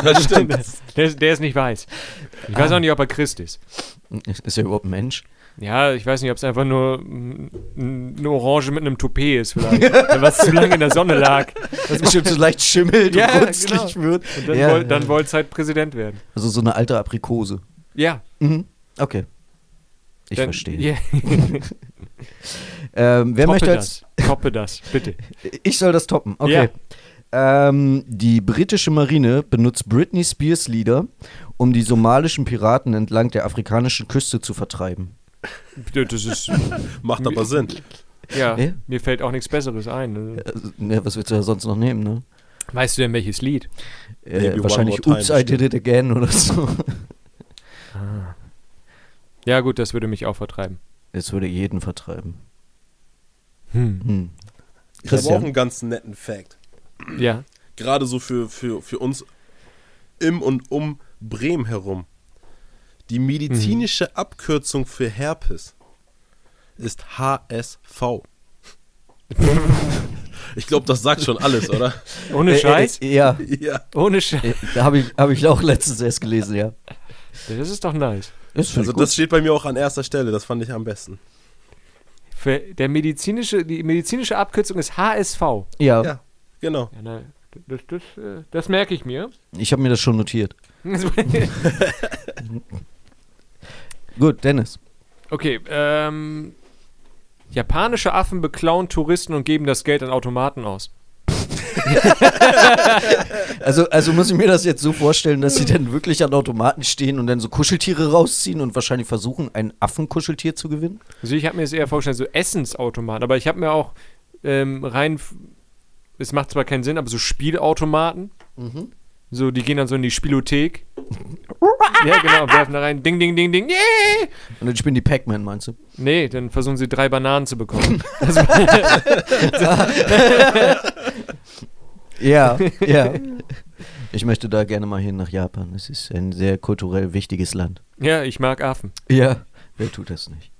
Das stimmt. Der, ist- der ist nicht weiß. Ich Ah. weiß auch nicht, ob er Christ ist. Ist ja überhaupt ein Mensch. Ja, ich weiß nicht, ob es einfach nur mm, n- eine Orange mit einem Toupet ist vielleicht, was zu lange in der Sonne lag. Das bestimmt so leicht schimmelt Ja, genau. und runzlig wird. Und dann Ja, woll- dann ja. wollte es halt Präsident werden. Also so eine alte Aprikose. Ja. Mhm. Okay. Ich dann, verstehe. Ja, Ähm, wer toppe möchte als. das. Toppe das, bitte. Ich soll das toppen. Okay. Ähm, die britische Marine benutzt Britney Spears Lieder, um die somalischen Piraten entlang der afrikanischen Küste zu vertreiben. Ja, Das ist, Macht aber Sinn. ja, Ja. mir fällt auch nichts Besseres ein. Äh, ne, was willst du da sonst noch nehmen, ne? Weißt du denn, welches Lied? Maybe Äh, one wahrscheinlich more time Oops, I did it again oder so. Ja gut, das würde mich auch vertreiben. Es würde jeden vertreiben. Hm. Hm. Ich habe auch Christian. einen ganz netten Fact. Ja, Gerade so für, für, für uns im und um Bremen herum. Die medizinische Abkürzung für Herpes ist HSV. ich glaube, das sagt schon alles, oder? ohne Äh, Scheiß. Äh, äh, ja, Ja. Ohne Scheiß. äh, da habe ich, hab ich auch letztens erst gelesen, ja. äh. Das ist doch nice. Das Also das steht bei mir auch an erster Stelle, das fand ich am besten. Für der medizinische, die medizinische Abkürzung ist HSV. ja, Ja, genau. Ja, na, das, das, äh, das merke ich mir. ich habe mir das schon notiert. Gut, Dennis. Okay, ähm. Japanische Affen beklauen Touristen und geben das Geld an Automaten aus. Also, also muss ich mir das jetzt so vorstellen, dass sie dann wirklich an Automaten stehen und dann so Kuscheltiere rausziehen und wahrscheinlich versuchen, ein Affenkuscheltier zu gewinnen? Also ich habe mir das eher vorgestellt, so Essensautomaten, aber ich habe mir auch ähm, rein. f- Es macht zwar keinen Sinn, aber so Spielautomaten. So, die gehen dann so in die Spielothek. ja, genau, werfen da rein. Ding, ding, ding, ding. Yeah! Und dann spielen die Pac-Man, meinst du? Nee, dann versuchen sie drei Bananen zu bekommen. Ja, ja. Ich möchte da gerne mal hin nach Japan. Es ist ein sehr kulturell wichtiges Land. ja, ich mag Affen. Ja. Wer tut das nicht?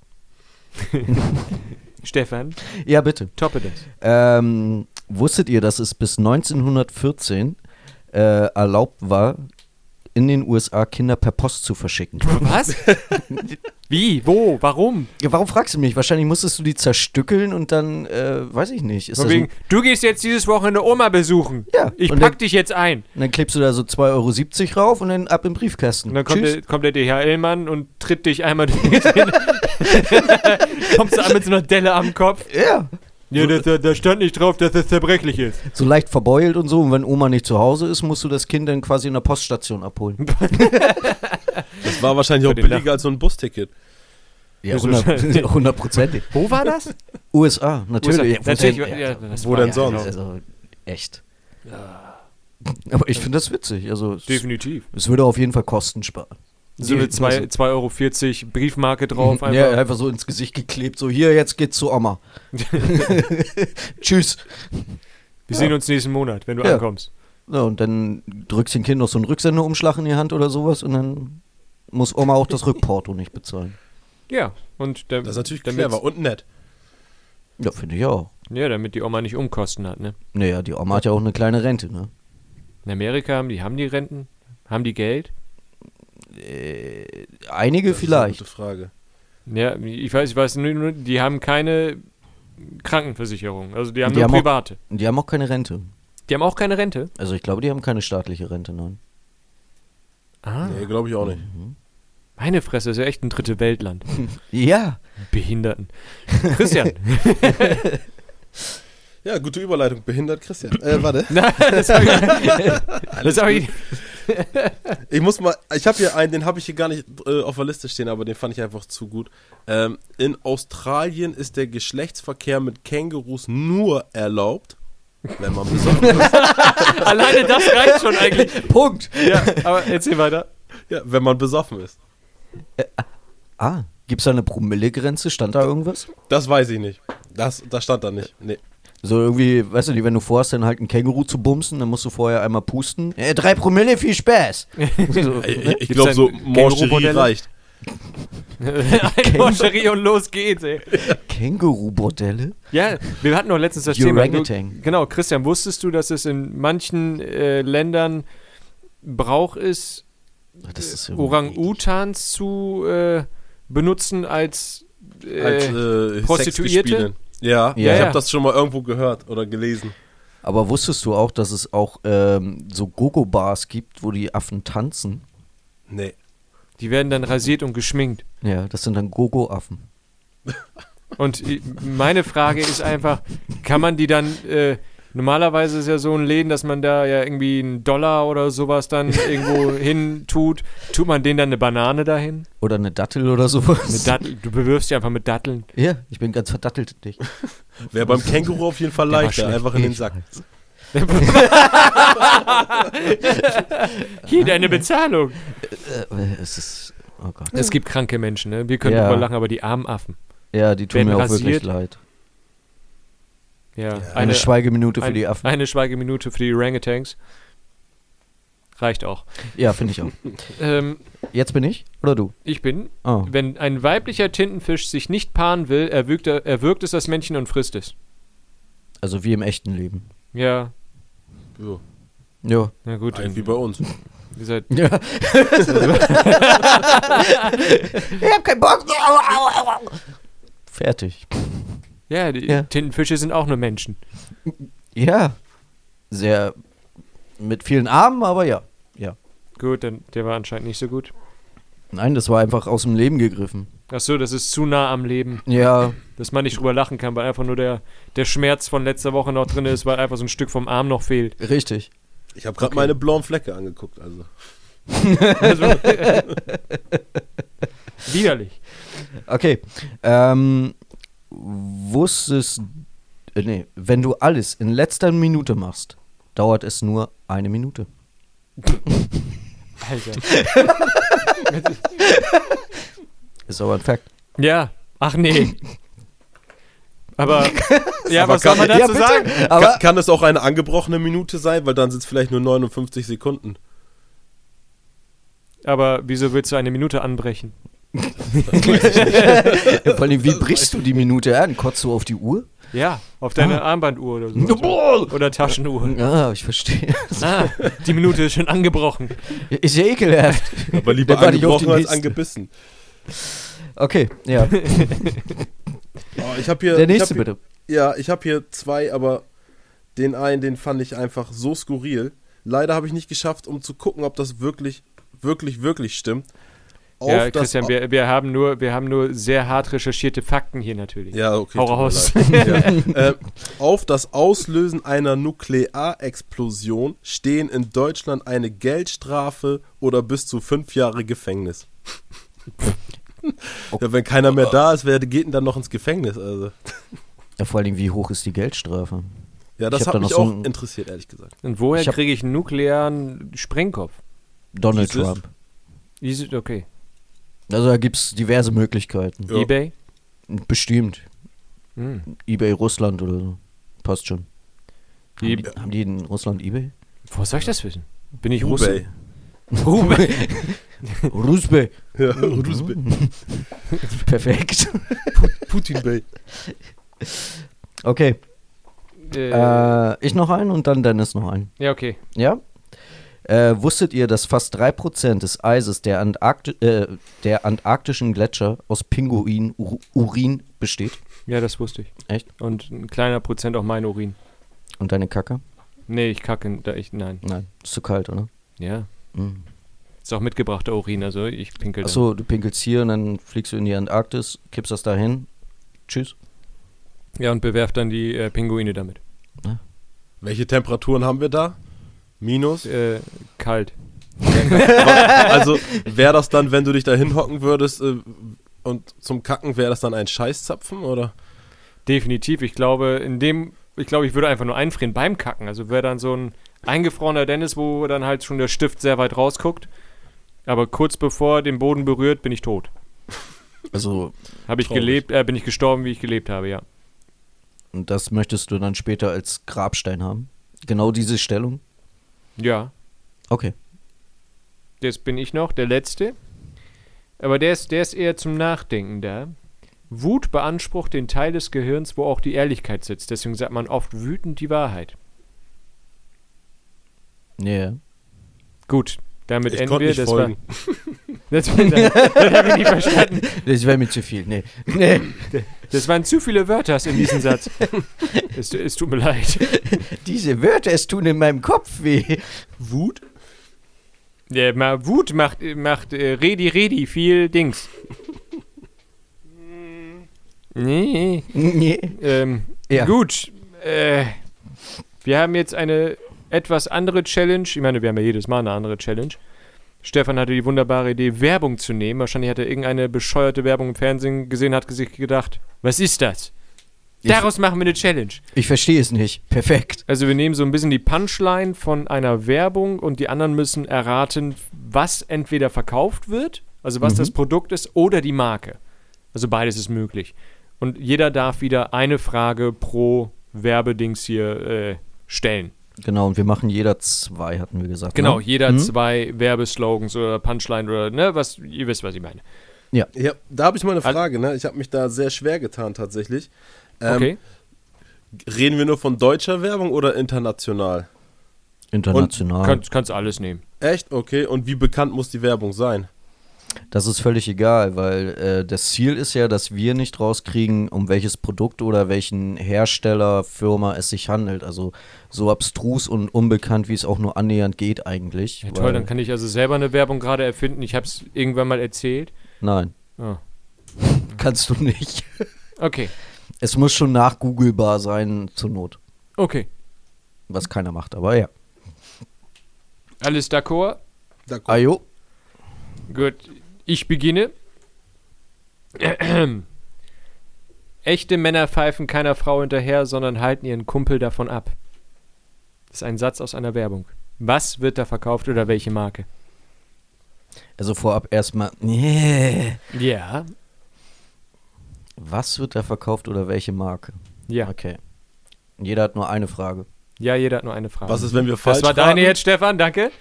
Stefan, Ja, bitte. toppe das. Ähm, wusstet ihr, dass es bis 1914 äh, erlaubt war, in den USA Kinder per Post zu verschicken. Was? Wie? Wo? Warum? Ja, warum fragst du mich? Wahrscheinlich musstest du die zerstückeln und dann, äh, weiß ich nicht. Ist Von das wegen, ein, du gehst jetzt dieses Wochenende Oma besuchen. Ja, Ich und pack dann- dich jetzt ein. und dann klebst du da so 2,70 Euro rauf und dann ab im Briefkasten. Und dann kommt Tschüss. der, kommt der DHL-Mann und tritt dich einmal durch den. Kommst du an mit so einer Delle am Kopf? ja, Ja, da, da stand nicht drauf, dass das zerbrechlich ist. so leicht verbeult und so. Und wenn Oma nicht zu Hause ist, musst du das Kind dann quasi in der Poststation abholen. Das war wahrscheinlich Für auch den billiger Lachen. als so ein Busticket. Ja, so hundert- schnell. hundertprozentig. Wo war das? USA, natürlich. USA, natürlich, Wo denn, ja, das wo war- denn ja, sonst? genau. Also, echt. Aber ich finde das witzig. Also, es- Definitiv. es würde auf jeden Fall Kosten sparen. So eine Die- 2,40 Euro Briefmarke drauf. Einfach. Ja, einfach so ins Gesicht geklebt. So, hier, jetzt geht's zu Oma. Tschüss. Wir sehen uns nächsten Monat, wenn du Ja. ankommst. Ja, und dann drückst dem Kind noch so einen Rücksendeumschlag in die Hand oder sowas und dann muss Oma auch das Rückporto nicht bezahlen. Ja, und da, Das ist natürlich damit, clever und nett. Ja, finde ich auch. Ja, damit die Oma nicht Umkosten hat, ne? Naja, die Oma hat ja auch eine kleine Rente, ne? In Amerika haben die, haben die Renten, haben die Geld? Einige Das ist eine vielleicht. Gute Frage. Ja, ich weiß, ich weiß nur, nur, die haben keine Krankenversicherung. Also die haben Die nur haben auch- private. Die haben auch keine Rente. Die haben auch keine Rente. Also ich glaube, die haben keine staatliche Rente, nein. Ah. Nee, glaube ich auch nicht. Meine Fresse, das ist ja echt ein dritte Weltland. Ja. Behinderten. Christian. Ja, gute Überleitung. Behindert Christian. Äh, warte. Nein, das habe ich, das hab ich Ich muss mal, ich habe hier einen, den habe ich hier gar nicht äh, auf der Liste stehen, aber den fand ich einfach zu gut. Ähm, in Australien ist der Geschlechtsverkehr mit Kängurus nur erlaubt, wenn man besoffen ist. Alleine das reicht schon eigentlich. Punkt. Ja, aber erzähl weiter. Ja, wenn man besoffen ist. Ah, gibt's da eine Promillegrenze? Stand da irgendwas? Das weiß ich nicht. Das, das stand da nicht. Nee. So irgendwie, weißt du, die, wenn du vorhast, dann halt einen Känguru zu bumsen, dann musst du vorher einmal pusten. Äh, drei Promille, viel Spaß. so, Ich, ne? Äh, ich Gibt's glaube, so denn Morcherie Känguru-Bordelle? reicht. Ein Morcherie und los geht's, ey. Känguru-Bordelle? Ja, wir hatten doch letztens das Die Thema. Orangutan. Du, genau, Christian, wusstest du, dass es in manchen äh, Ländern Brauch ist, Das ist irgendwie- Orang-Utans zu äh, benutzen als. Äh, Als äh, Prostituierte? Sexgespielin. Ja, Ja, ich ja. habe das schon mal irgendwo gehört oder gelesen. Aber wusstest du auch, dass es auch ähm, so Gogo-Bars gibt, wo die Affen tanzen? Nee. die werden dann rasiert und geschminkt. Ja, das sind dann Gogo-Affen. Und äh, meine Frage ist einfach, kann man die dann. Äh, Normalerweise ist ja so ein Läden, dass man da ja irgendwie einen Dollar oder sowas dann irgendwo hin tut. Tut man denen dann eine Banane dahin? Oder eine Dattel oder sowas. Eine Dattel, du bewirfst die einfach mit Datteln. ja, ich bin ganz verdattelt dich. Wäre beim Känguru auf jeden Fall Der war leichter. schlecht. Einfach in den Ich Sack. weiß. Hier, deine Bezahlung. Äh, es ist. Oh Gott. Es gibt kranke Menschen, ne? Wir können Ja. drüber lachen, aber die armen Affen. Ja, die tun werden mir auch wirklich rasiert. leid. Ja. Eine, Eine, Schweigeminute für ein- die Affen. Eine Schweigeminute für die Orangutans. Reicht auch. Ja, finde ich auch. Ähm, Jetzt bin ich oder du? ich bin, Oh. wenn ein weiblicher Tintenfisch sich nicht paaren will, erwürgt, er, erwürgt es das Männchen und frisst es. Also wie im echten Leben. Ja, Ja, Ja. na gut. halt, eigentlich wie bei uns. Ihr seid, ja. ich hab keinen Bock. Fertig. ja, die Ja. Tintenfische sind auch nur Menschen. Ja. Sehr mit vielen Armen, aber ja. Ja. Gut, dann, der war anscheinend nicht so gut. Nein, das war einfach aus dem Leben gegriffen. Ach so, das ist zu nah am Leben, Ja, dass man nicht drüber lachen kann, weil einfach nur der, der Schmerz von letzter Woche noch drin ist, weil einfach so ein Stück vom Arm noch fehlt. richtig. Ich habe gerade meine blauen Flecke angeguckt. Also. Also, widerlich. Okay. Ähm, wusstest. äh, Nee, wenn du alles in letzter Minute machst, dauert es nur eine Minute. Alter. Ist aber ein Fakt. Ja, ach nee. Aber, ja, Aber was soll kann- man Ja, dazu bitte. sagen? Aber kann, kann es auch eine angebrochene Minute sein? Weil dann sind es vielleicht nur 59 Sekunden. Aber wieso willst du eine Minute anbrechen? vor allem, wie brichst du die Minute an? Kotzt du auf die Uhr? Ja, auf deine Ah. Armbanduhr oder so. Oder Taschenuhr. Ah, ich verstehe. Ah, die Minute ist schon angebrochen. Ist ja ekelhaft. Aber lieber Der war nicht auf angebrochen den als nächsten. angebissen. Okay, ja. Oh, ich habe hier. Der ich nächste hab hier, bitte. Ja, ich habe hier zwei, aber den einen, den fand ich einfach so skurril. Leider habe ich nicht geschafft, um zu gucken, ob das wirklich, wirklich, wirklich stimmt. Auf ja, das- Christian, wir, wir, haben nur, wir haben nur sehr hart recherchierte Fakten hier natürlich. Ja, okay. Hau tut mir raus. leid. ja. äh, auf das Auslösen einer Nuklearexplosion stehen in Deutschland eine Geldstrafe oder bis zu fünf Jahre Gefängnis. ja, wenn keiner mehr Oh. da ist, wer geht denn dann noch ins Gefängnis? Also. ja. Vor allem, wie hoch ist die Geldstrafe? Ja, Ich das hab hat da noch mich so auch ein- interessiert, ehrlich gesagt. Und woher Ich hab- kriege ich einen nuklearen Sprengkopf? Donald Dieses- Trump. Easy- Okay. Also da gibt es diverse Möglichkeiten. Ja. Ebay? Bestimmt. Hm. Ebay Russland oder so. Passt schon. Haben die, Ebay. haben die in Russland Ebay? Woher soll ich das wissen? Bin ich Hubei. Russe? Hubei. Rusbe. Ja, Rusbe. Perfekt. Putin Bay. Okay. äh, Äh, ich noch einen und dann Dennis noch einen. ja, okay. Ja? Äh, wusstet ihr, dass fast 3% des Eises der, Antarkti äh, der antarktischen Gletscher aus Pinguin-Urin besteht? Ja, das wusste ich. Echt? Und ein kleiner Prozent auch mein Urin. Und deine Kacke? Nee, ich kacke. Da ich, nein. Nein, ist zu kalt, oder? Ja. Mhm. Ist auch mitgebrachter Urin, also ich pinkel da. Achso, du pinkelst hier und dann fliegst du in die Antarktis, kippst das dahin. Tschüss. Ja, und bewerft dann die äh, Pinguine damit. Welche Temperaturen haben wir da? Minus. Äh, kalt. also wäre das dann, wenn du dich da hinhocken würdest äh, und zum Kacken, wäre das dann ein Scheißzapfen oder? Definitiv. Ich glaube, in dem, ich glaube, ich würde einfach nur einfrieren beim Kacken. Also wäre dann so ein eingefrorener Dennis, wo dann halt schon der Stift sehr weit rausguckt. Aber kurz bevor er den Boden berührt, bin ich tot. Also, Habe ich Traurig. gelebt, äh, bin ich gestorben, wie ich gelebt habe, ja. und das möchtest du dann später als Grabstein haben? Genau diese Stellung? Ja. Okay. Jetzt bin ich noch, der Letzte. Aber der ist, der ist eher zum Nachdenken da. Wut beansprucht den Teil des Gehirns, wo auch die Ehrlichkeit sitzt. Deswegen sagt man oft wütend die Wahrheit. Yeah. Gut, damit enden wir. das folgen. war. Das, war- das, hab ich nicht verstanden. Das wäre mir zu viel. Nee. Nee. das waren zu viele Wörter in diesem Satz. Es, es tut mir leid. Diese Wörter, es tun in meinem Kopf weh. Wut? Ja, ma, Wut macht, macht äh, Redi Redi viel Dings. Nee. Nee. Ähm, Ja. Gut. Äh, wir haben jetzt eine etwas andere Challenge. Ich meine, wir haben ja jedes Mal eine andere Challenge. Stefan hatte die wunderbare Idee, Werbung zu nehmen. Wahrscheinlich hat er irgendeine bescheuerte Werbung im Fernsehen gesehen, hat sich gedacht, was ist das? Daraus machen wir eine Challenge. Ich verstehe es nicht. Perfekt. Also wir nehmen so ein bisschen die Punchline von einer Werbung und die anderen müssen erraten, was entweder verkauft wird, also was das Produkt ist, oder die Marke. Also beides ist möglich. Und jeder darf wieder eine Frage pro Werbedings hier äh, stellen. Genau, und wir machen jeder zwei, hatten wir gesagt. Genau, Ne? jeder zwei Werbeslogans oder Punchline oder ne, was, ihr wisst, was ich meine. Ja, da habe ich mal eine Al- Frage. Ne? Ich habe mich da sehr schwer getan tatsächlich. Ähm, okay. Reden wir nur von deutscher Werbung oder international? International. Kannst, kannst alles nehmen. Echt? Okay. Und wie bekannt muss die Werbung sein? das ist völlig egal, weil äh, das Ziel ist ja, dass wir nicht rauskriegen, um welches Produkt oder welchen Hersteller, Firma es sich handelt. Also so abstrus und unbekannt, wie es auch nur annähernd geht eigentlich. Ja, weil- toll, dann kann ich also selber eine Werbung gerade erfinden. Ich habe es irgendwann mal erzählt. Nein, Ah, kannst du nicht. Okay, Es muss schon nachgoogelbar sein, zur Not. okay. Was keiner macht, aber ja. Alles d'accord? Da kommt- Ajo, Gut, ich beginne. Echte Männer pfeifen keiner Frau hinterher, sondern halten ihren Kumpel davon ab. Das ist ein Satz aus einer Werbung. Was wird da verkauft oder welche Marke? also vorab erstmal. Nee. Ja. Was wird da verkauft oder welche Marke? Ja, Okay. Jeder hat nur eine Frage. ja jeder hat nur eine Frage. Was ist, wenn wir falsch das war deine raten? jetzt, Stefan, danke.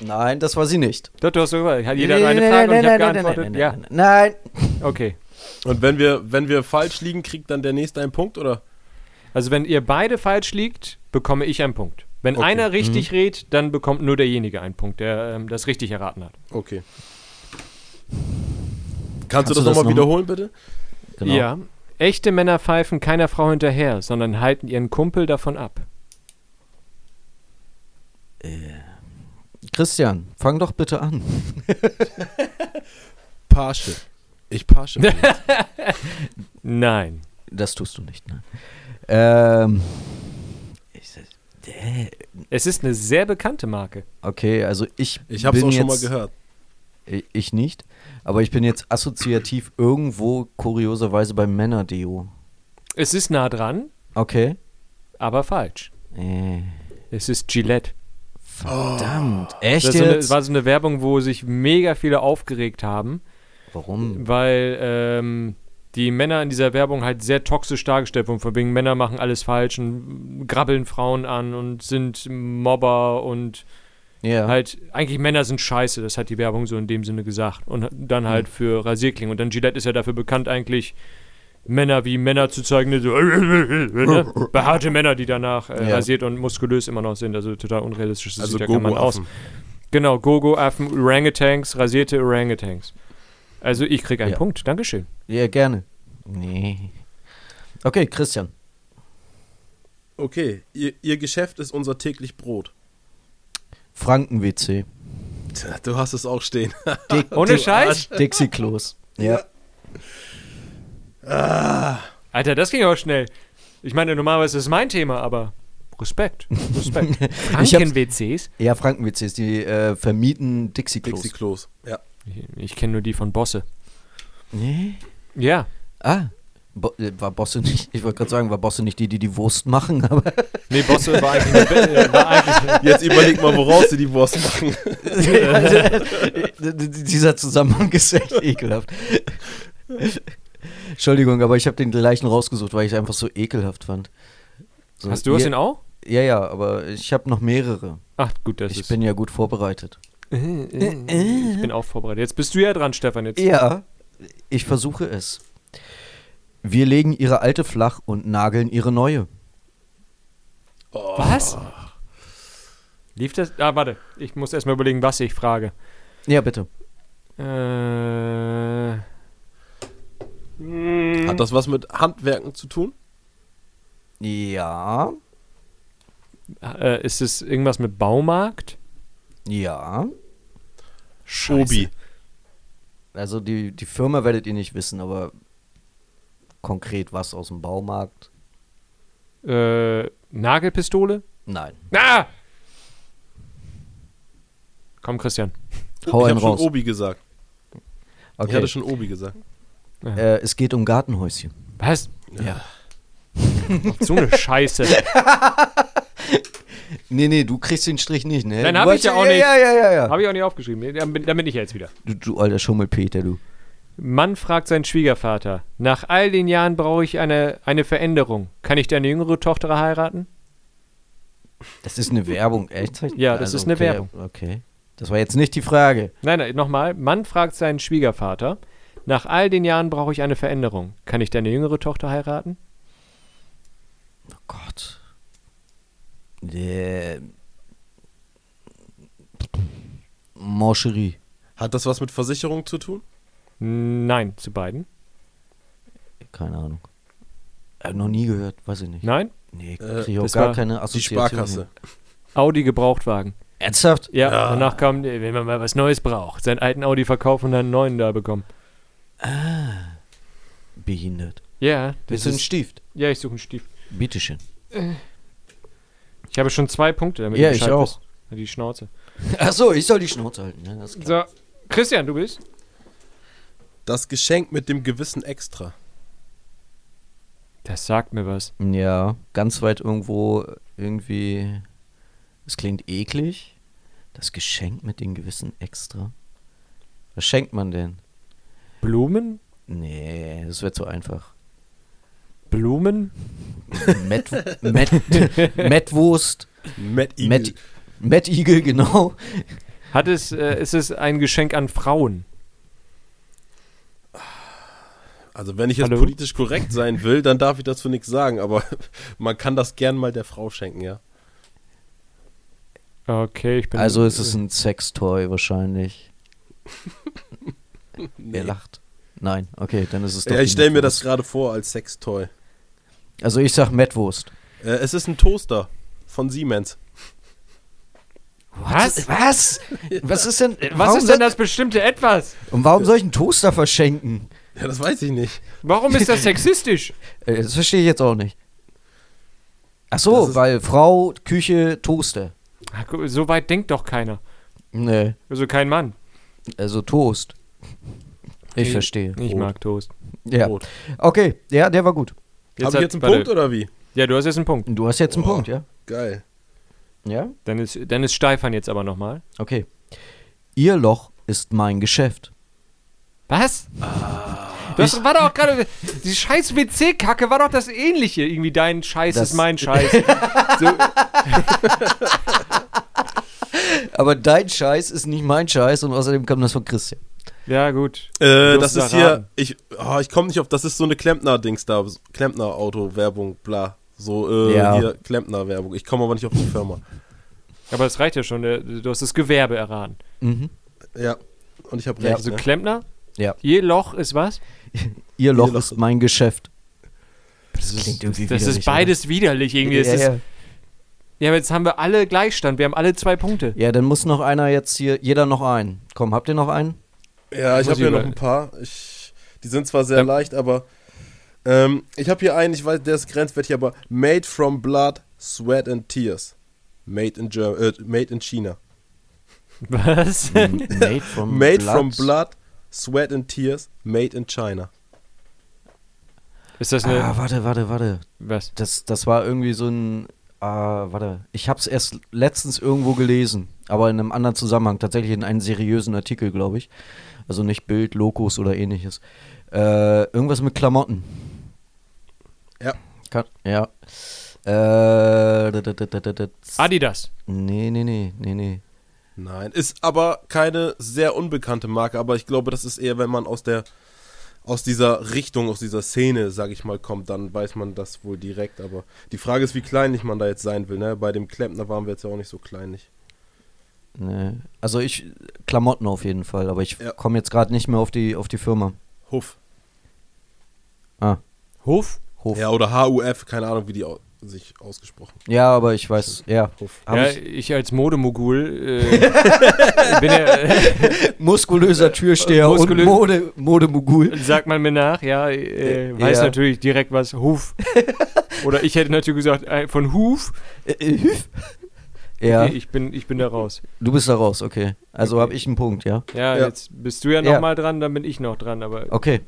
Nein, das war sie nicht. Doch, du hast so gesagt, jeder hat nur eine Frage und ich habe geantwortet. Ja, nein, nein. okay. Und wenn wir, wenn wir falsch liegen, kriegt dann der nächste einen Punkt oder? Also wenn ihr beide falsch liegt, bekomme ich einen Punkt. Wenn Okay. Mhm. einer richtig rät, dann bekommt nur derjenige einen Punkt, der ähm, das richtig erraten hat. Okay. Kannst, du das, das nochmal noch- wiederholen, bitte? Genau. Ja. Echte Männer pfeifen keiner Frau hinterher, sondern halten ihren Kumpel davon ab. Christian, fang doch bitte an. Pasche. Ich pasche. Nein. Das tust du nicht, ne? Ähm, Es ist eine sehr bekannte Marke. okay, also ich Ich hab's bin auch schon mal jetzt- gehört. Ich nicht, aber ich bin jetzt assoziativ irgendwo kurioserweise beim Männerdeo. Es ist nah dran, Okay. aber falsch. Äh, Es ist Gillette. verdammt, echt Oh. Das ist so eine, jetzt? war so eine Werbung, wo sich mega viele aufgeregt haben, Warum? weil ähm, die Männer in dieser Werbung halt sehr toxisch dargestellt wurden. Von wegen Männer machen alles falsch und grabbeln Frauen an und sind Mobber und Ja. halt, eigentlich Männer sind scheiße, das hat die Werbung so in dem Sinne gesagt. Und dann halt Hm. für Rasierklingen. Und dann Gillette ist ja dafür bekannt, eigentlich Männer wie Männer zu zeigen, die so, ne? behaarte Männer, die danach äh, Ja. rasiert und muskulös immer noch sind. Also total unrealistisch. Das Also sieht ja kein Mann aus. Gogo-Affen. Genau, Gogo-Affen, Orangutans, rasierte Orangutans. Also ich krieg einen Ja. Punkt, Dankeschön. Ja, gerne. Nee. Okay, Christian. Okay, ihr, ihr Geschäft ist unser täglich Brot. Franken-WC. Tja, Du hast es auch stehen. Dick- Ohne Dick- Scheiß? Dixie-Klos. Ja. Ah, Alter, das ging aber schnell. Ich meine, normalerweise ist es mein Thema, aber Respekt, Respekt. hab's- Franken-WCs? Ja, Franken-WCs, die äh, vermieten Dixie-Klos. Dixie Klos. Ja. Ich, ich kenne nur die von Bosse. nee. Ja, Ah. Bo äh, war Bosse nicht, ich wollte gerade sagen, war Bosse nicht die, die die Wurst machen, aber Nee, Bosse war eigentlich, eine, war eigentlich Jetzt überleg mal, woraus sie die Wurst machen. D- d- dieser Zusammenhang ist echt ekelhaft. Entschuldigung, aber ich habe den gleichen rausgesucht, weil ich es einfach so ekelhaft fand. So, Hast du es ihr- denn auch? Ja, ja, aber ich habe noch mehrere. Ach, gut, das Ich ist. bin ja gut vorbereitet. Äh? ich bin auch vorbereitet. Jetzt bist du ja dran, Stefan. Jetzt. Ja, ich versuche es. Wir legen ihre alte flach und nageln ihre neue. Was? Lief das? Ah, warte. Ich muss erstmal überlegen, was ich frage. Ja, bitte. Äh, Hat das was mit Handwerken zu tun? Ja, äh, ist es irgendwas mit Baumarkt? ja. Scheiße. Also die, die Firma werdet ihr nicht wissen, aber konkret was aus dem Baumarkt? Äh, Nagelpistole? Nein. Ah! Komm, Christian. Hau ich einen habe schon raus. Obi gesagt. Ich Okay. hatte schon Obi gesagt. Äh, es geht um Gartenhäuschen. Was? Ja. So eine Scheiße. Nee, nee, du kriegst den Strich nicht, ne? Nein, Du hab ich weißt ja auch nicht. Ja, ja, ja, ja. Habe ich auch nicht aufgeschrieben. Dann bin, dann bin ich ja jetzt wieder. Du, du alter Schummelpeter, du. Mann fragt seinen Schwiegervater, nach all den Jahren brauche ich eine, eine Veränderung. Kann ich deine jüngere Tochter heiraten? Das ist eine Werbung, echt? Also, Ja, das ist eine okay, Werbung. Okay. Das war jetzt nicht die Frage. Nein, nein, nochmal. Mann fragt seinen Schwiegervater, nach all den Jahren brauche ich eine Veränderung. Kann ich deine jüngere Tochter heiraten? Oh Gott. Der. Morcherie. Hat das was mit Versicherung zu tun? Nein, zu beiden. Keine Ahnung. Hab noch nie gehört, weiß ich nicht. Nein? Nee, Äh, krieg ich auch das gar war keine Die Assoziation. Sparkasse. hin. Audi Gebrauchtwagen. Ernsthaft? Ja, danach kam, äh, wenn man mal was Neues braucht, seinen alten Audi verkaufen und dann einen neuen da bekommen. Behindert. Ja, das Willst du einen ist, Stift? ja ich suche einen Stiefel. Bitteschön. Ich habe schon zwei Punkte, damit Ja, du ich Bescheid auch. wisst. Die Schnauze. Achso, ich soll die Schnauze halten. Ja, das ist klar. So, Christian, du bist? Das Geschenk mit dem gewissen Extra. Das sagt mir was. Ja, ganz weit irgendwo irgendwie. Es klingt eklig. Das Geschenk mit den gewissen Extra. Was schenkt man denn? Blumen? Nee, das wäre zu einfach. Blumen? Met, Met, Metwurst. Matt Eagle. Met, Metigel, genau. Hat es, äh, ist es ein Geschenk an Frauen? Also wenn ich jetzt Hallo? politisch korrekt sein will, dann darf ich dazu nichts sagen, aber man kann das gern mal der Frau schenken, ja. Okay, ich bin. Also ist es ein Sextoy wahrscheinlich. Wer lacht? Nein, okay, dann ist es doch. Ja, ich die stelle mir das Mettwurst. gerade vor als Sextoy. Also ich sag Mettwurst. Äh, es ist ein Toaster von Siemens. Was? Was? Was ist denn? Was Äh, warum ist denn soll- das bestimmte Etwas? Und warum soll ich einen Toaster verschenken? Ja, das weiß ich nicht. Warum ist das sexistisch? Äh, Das verstehe ich jetzt auch nicht. Ach so, Das ist- weil Frau, Küche, Toaster. Ah, gu- So weit denkt doch keiner. Nee, Also kein Mann. also Toast. Ich Ich- verstehe. Ich Brot. mag Toast. Ja. Brot. Okay, ja, der war gut. Hab ich hat- jetzt einen warte. Punkt oder wie? Ja, du hast jetzt einen Punkt. Du hast jetzt einen Boah. Punkt, ja? Geil. Ja? Dann ist, dann ist Stefan jetzt aber nochmal. Okay. Ihr Loch ist mein Geschäft. Was? Ah. Das war doch auch gerade. Die scheiß WC-Kacke war doch das ähnliche. Irgendwie dein Scheiß Das- ist mein Scheiß. Aber dein Scheiß ist nicht mein Scheiß und außerdem kam das von Christian. ja, gut. Äh, Du das darfst ist da hier, raten. ich, oh, ich komme nicht auf, das ist so eine Klempner-Dings da, so- Klempner-Auto-Werbung, bla. So, äh, Ja. hier, Klempner-Werbung. Ich komme aber nicht auf die Firma. Aber das reicht ja schon. der- Du hast das Gewerbe erraten. Mhm. Ja, und ich habe Ja. recht. Also ne? Klempner? Ja. Ihr Loch ist was? Ihr Loch, Ihr Loch ist mein Geschäft. Das klingt irgendwie Das widerlich, ist beides widerlich oder? irgendwie. Ja, Es ist, ja. ja, aber jetzt haben wir alle Gleichstand. Wir haben alle zwei Punkte. ja, dann muss noch einer jetzt hier, jeder noch einen. Komm, habt ihr noch einen? Ja, ich Muss habe ich hier noch über- ein paar. Ich, die sind zwar sehr Dann- leicht, aber ähm, ich habe hier einen, ich weiß, der ist grenzwertig, aber Made from Blood, Sweat and Tears. Made in, Germ äh, made in China. Was? Made Hm, from Made from Blood, Sweat and Tears, Made in China. Ist das eine. Ah, warte, warte, warte. Was? Das, das war irgendwie so ein. Ah, warte. Ich hab's erst letztens irgendwo gelesen, aber in einem anderen Zusammenhang. Tatsächlich in einem seriösen Artikel, glaube ich. Also nicht Bild, Logos oder ähnliches. Äh, irgendwas mit Klamotten. Ja. Kann, ja. Äh, da, da, da, da, da, da. Adidas. Nee, nee, nee, nee, nee. Nein, ist aber keine sehr unbekannte Marke, aber ich glaube, das ist eher, wenn man aus der aus dieser Richtung, aus dieser Szene, sag ich mal, kommt, dann weiß man das wohl direkt. Aber die Frage ist, wie kleinlich man da jetzt sein will. Ne? Bei dem Klempner waren wir jetzt ja auch nicht so kleinlich. nee. Also ich. Klamotten auf jeden Fall, aber ich Ja. komme jetzt gerade nicht mehr auf die, auf die Firma. Huff. Ah, Hof? Hof. Ja, Ja, oder HUF, keine Ahnung, wie die au sich ausgesprochen. aber ich weiß, ja. Huff. Hab ja, ich- ich, als Modemogul äh, bin ja, Muskulöser Türsteher Muskulö- und Mode, Modemogul. sagt man mir nach, ja, äh, Äh, weiß ja. natürlich direkt was Huf. Oder ich hätte natürlich gesagt, äh, von Huf. Ja, Nee, ich bin ich bin da raus. du bist da raus, okay. Also habe ich einen Punkt, ja. Ja, Ja. jetzt bist du ja Ja. noch mal dran, dann bin ich noch dran, aber Okay.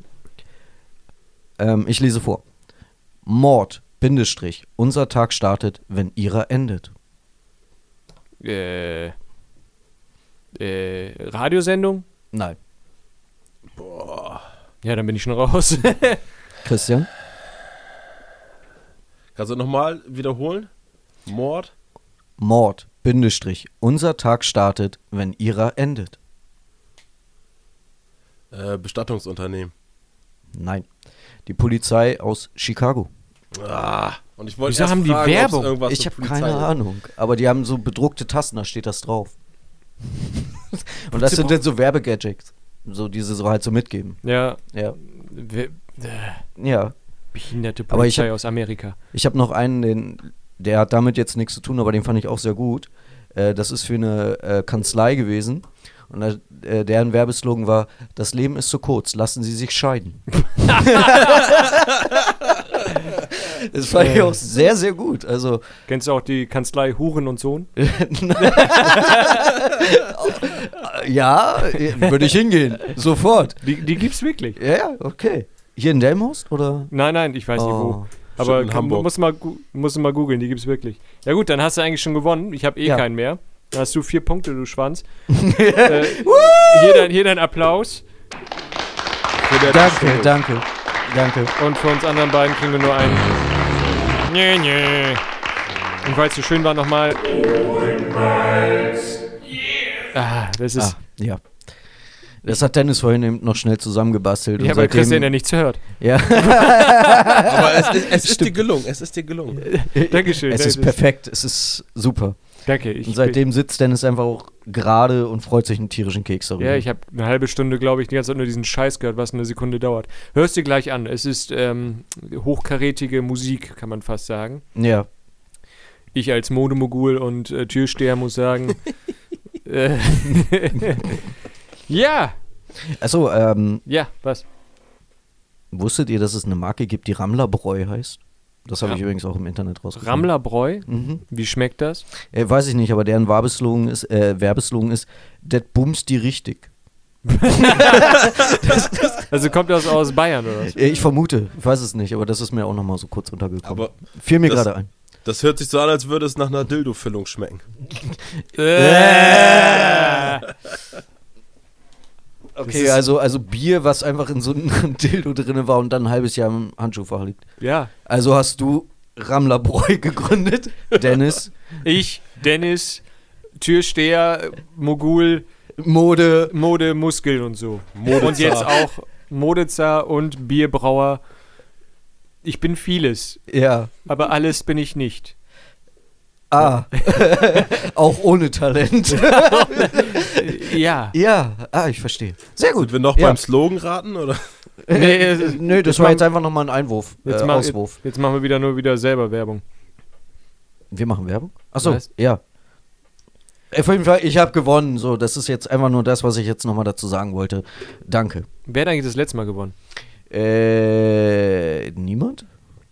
Ähm, ich lese vor. Mord, Bindestrich, unser Tag startet, wenn ihrer endet. äh, äh, Radiosendung? Nein. Ja, dann bin ich schon raus. Christian? Kannst du nochmal wiederholen? Mord? Mord, Bindestrich, unser Tag startet, wenn ihrer endet. Äh, Bestattungsunternehmen. Nein. Die Polizei aus Chicago. Ah, und ich wollte Wieso erst haben die fragen, ob's Werbung? irgendwas ich zur habe Polizei keine ist. Ahnung. Aber die haben so bedruckte Tasten, da steht das drauf. Und das sind dann so Werbegadgets. So, die sie so halt so mitgeben. ja, Ja. wir, äh, Ja. behinderte Aber ich Polizei hab- aus Amerika. Ich habe noch einen, den, der hat damit jetzt nichts zu tun, aber den fand ich auch sehr gut. Äh, das ist für eine äh, Kanzlei gewesen. Und da, äh, deren Werbeslogan war: Das Leben ist zu kurz, lassen Sie sich scheiden. das fand ich auch sehr, sehr gut. Also, Kennst du auch die Kanzlei Huren und Sohn? ja, würde ich hingehen. Sofort. Die, die gibt's wirklich. Ja, ja, okay. Hier in Delmhorst oder? Nein, nein, ich weiß nicht wo. Oh. Aber in kann- Hamburg. Musst, du mal, gu- musst du mal googeln, die gibt's wirklich. Ja gut, dann hast du eigentlich schon gewonnen. Ich habe eh Ja. keinen mehr. Dann hast du vier Punkte, du Schwanz. äh, hier, dein, hier dein Applaus. Für der Danke, Bestimmung. danke, danke. Und für uns anderen beiden kriegen wir nur einen. Nee, nee. Und weil es so schön war, nochmal. Ah, das ist. Ah, ja. Das hat Dennis vorhin eben noch schnell zusammengebastelt. Ja, und weil seitdem, Christian ja nichts hört. ja, Aber es, ist- es ist dir gelungen, es ist dir gelungen. Dankeschön. es ist Danke. perfekt, es ist super. Danke. Ich Und seitdem sitzt Dennis einfach auch gerade und freut sich einen tierischen Keks bin, darüber. ja, ich habe eine halbe Stunde, glaube ich, die ganze Zeit nur diesen Scheiß gehört, was eine Sekunde dauert. Hörst dir gleich an. Es ist ähm, hochkarätige Musik, kann man fast sagen. ja. Ich als Modemogul und äh, Türsteher muss sagen. äh, ja, Achso, ähm, ja, was? wusstet ihr, dass es eine Marke gibt, die Ramlerbräu heißt? Das habe Ram- ich übrigens auch im Internet rausgefunden. Ramlerbräu? Mhm. Wie schmeckt das? Äh, weiß ich nicht, aber deren Werbeslogan ist, äh, Werbeslogan ist, det bumst die richtig. Also kommt das aus Bayern oder was? Äh, ich vermute, ich weiß es nicht, aber das ist mir auch nochmal so kurz untergekommen. Aber Fiel mir das- gerade ein. das hört sich so an, als würde es nach einer Dildo-Füllung schmecken. Äh. Okay, also, also Bier, was einfach in so einem Dildo drin war und dann ein halbes Jahr im Handschuhfach liegt. Ja, Also hast du Ramlerbräu gegründet, Dennis, ich, Dennis, Türsteher, Mogul, Mode. Mode, Muskeln und so. Modezar. Und jetzt auch Modezar und Bierbrauer. Ich bin vieles, Ja. aber alles bin ich nicht. Ah. auch ohne Talent. Äh, Ja. ja. Ah, ich verstehe. Sehr gut. Sind wir noch ja. beim Slogan raten? Oder? Nee, Äh, Nö, das jetzt war mach- jetzt einfach nochmal ein Einwurf. Jetzt, äh, mach, Auswurf. jetzt machen wir wieder nur wieder selber Werbung. Wir machen Werbung? Achso, Was? ja. Auf jeden Fall, ich habe gewonnen. So, das ist jetzt einfach nur das, was ich jetzt nochmal dazu sagen wollte. Danke. Wer hat eigentlich das letzte Mal gewonnen? Äh, niemand?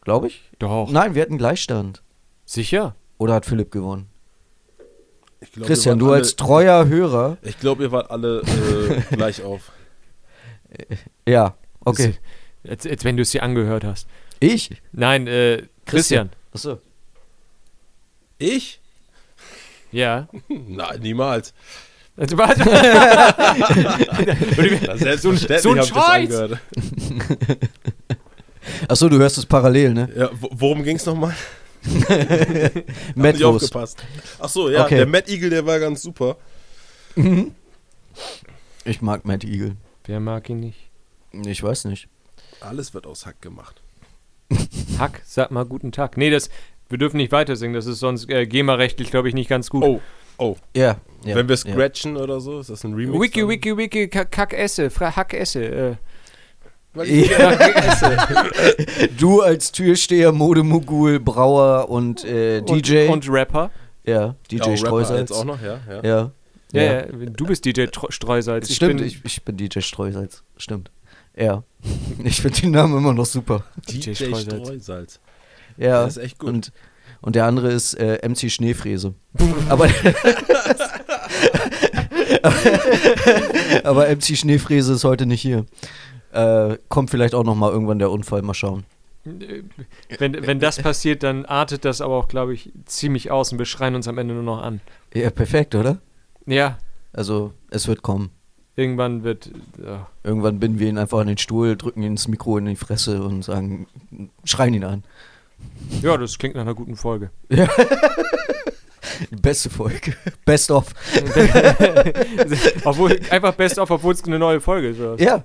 Glaube ich? Doch. Nein, wir hatten Gleichstand. Sicher? Oder hat Philipp gewonnen? Ich glaub, Christian, ihr du wart als treuer Hörer. alle, Ich glaube, ihr wart alle äh, gleich auf. Ja, okay. Das- Als, als wenn du es dir angehört hast. Ich? Nein, äh, Christian. Achso. Ich? Hm, Ja. Nein, niemals. Also, warte. Na, selbstverständlich so ein hab ich das Scheiß. angehört. Achso, du hörst es parallel, ne? Ja, wo- worum ging's nochmal? Nicht Mettlos. aufgepasst. Ach so, ja, Okay. der Matt Eagle, der war ganz super. Mhm. Ich mag Matt Eagle. Wer mag ihn nicht? Ich weiß nicht. Alles wird aus Hack gemacht. Hack, sag mal guten Tag. Nee, das, wir dürfen nicht weiter singen, das ist sonst äh, GEMA-rechtlich, glaube ich, nicht ganz gut. Oh, oh. Ja. ja Wenn wir ja. scratchen oder so, ist das ein Remix? Wiki, dann? wiki, wiki, Ka- Kack esse, Fra Hack esse. Äh. Du als Türsteher, Modemogul, Brauer und äh, DJ. Und, und Rapper. ja, Ja, DJ Rapper jetzt Streusalz. auch noch, ja. ja. Ja. Ja, ja. du bist DJ Tro- Streusalz. Stimmt, bin- ich, ich bin DJ Streusalz. Stimmt. Ja. Ich finde den Namen immer noch super. DJ, Streusalz. Streusalz. Ja. Das ist echt gut. Und, und der andere ist äh, MC Schneefräse. aber, aber MC Schneefräse ist heute nicht hier. Äh, kommt vielleicht auch noch mal irgendwann der Unfall, mal schauen. äh, wenn, wenn das passiert, dann artet das aber auch, glaube ich, ziemlich aus und wir schreien uns am Ende nur noch an. Ja, perfekt, oder? Ja, Also, es wird kommen. irgendwann wird. Äh, Irgendwann binden wir ihn einfach an den Stuhl, drücken ihn ins Mikro in die Fresse und sagen, schreien ihn an. ja, das klingt nach einer guten Folge. Die beste Folge. Best of. obwohl, einfach best of, obwohl es eine neue Folge ist. Oder? was? Ja.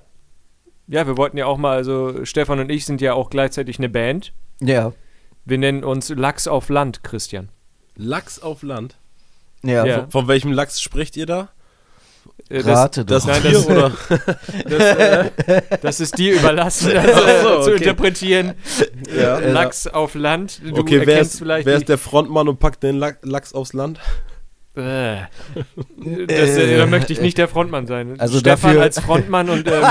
Ja, wir wollten ja auch mal, also Stefan und ich sind ja auch gleichzeitig eine Band. Ja. Wir nennen uns Lachs auf Land, Christian. Lachs auf Land. Ja. Ja. Wo- Von welchem Lachs spricht ihr da? Äh, Rate Das doch. Nein, Tier das- oder? Das, äh, das ist dir überlassen, das, äh, Ach so, zu okay. interpretieren. Ja. Äh, Lachs auf Land. Du Äh, Okay, wer erkennst ist, vielleicht wer nicht. ist der Frontmann und packt den Lach- Lachs aufs Land? Äh. Das, äh, da möchte ich nicht der Frontmann sein. Also Stefan dafür- als Frontmann und, ähm,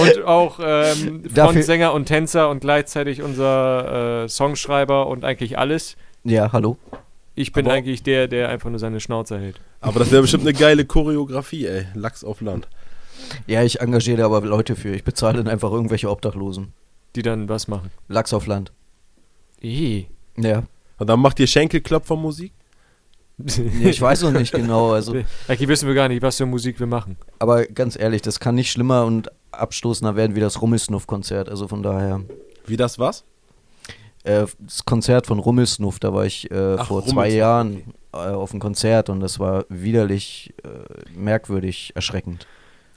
und auch ähm, Dafür- Frontsänger und Tänzer und gleichzeitig unser äh, Songschreiber und eigentlich alles. Ja, hallo. Ich bin Aber- eigentlich der, der einfach nur seine Schnauze hält. Aber das wäre bestimmt eine geile Choreografie, ey. Lachs auf Land. Ja, ich engagiere da aber Leute für. Ich bezahle dann einfach irgendwelche Obdachlosen. Die dann was machen. Lachs auf Land. Ih. Ja. Und dann macht ihr Schenkelklopfermusik? Also- Nee, ich weiß noch nicht genau. Also, Eigentlich wissen wir gar nicht, was für Musik wir machen. aber ganz ehrlich, das kann nicht schlimmer und abstoßender werden wie das Rummelsnuff-Konzert. Also von daher. Wie das was? Äh, das Konzert von Rummelsnuff, da war ich äh, Ach, vor zwei Rummelsnuff, Jahren äh, auf einem Konzert und das war widerlich, äh, merkwürdig, erschreckend.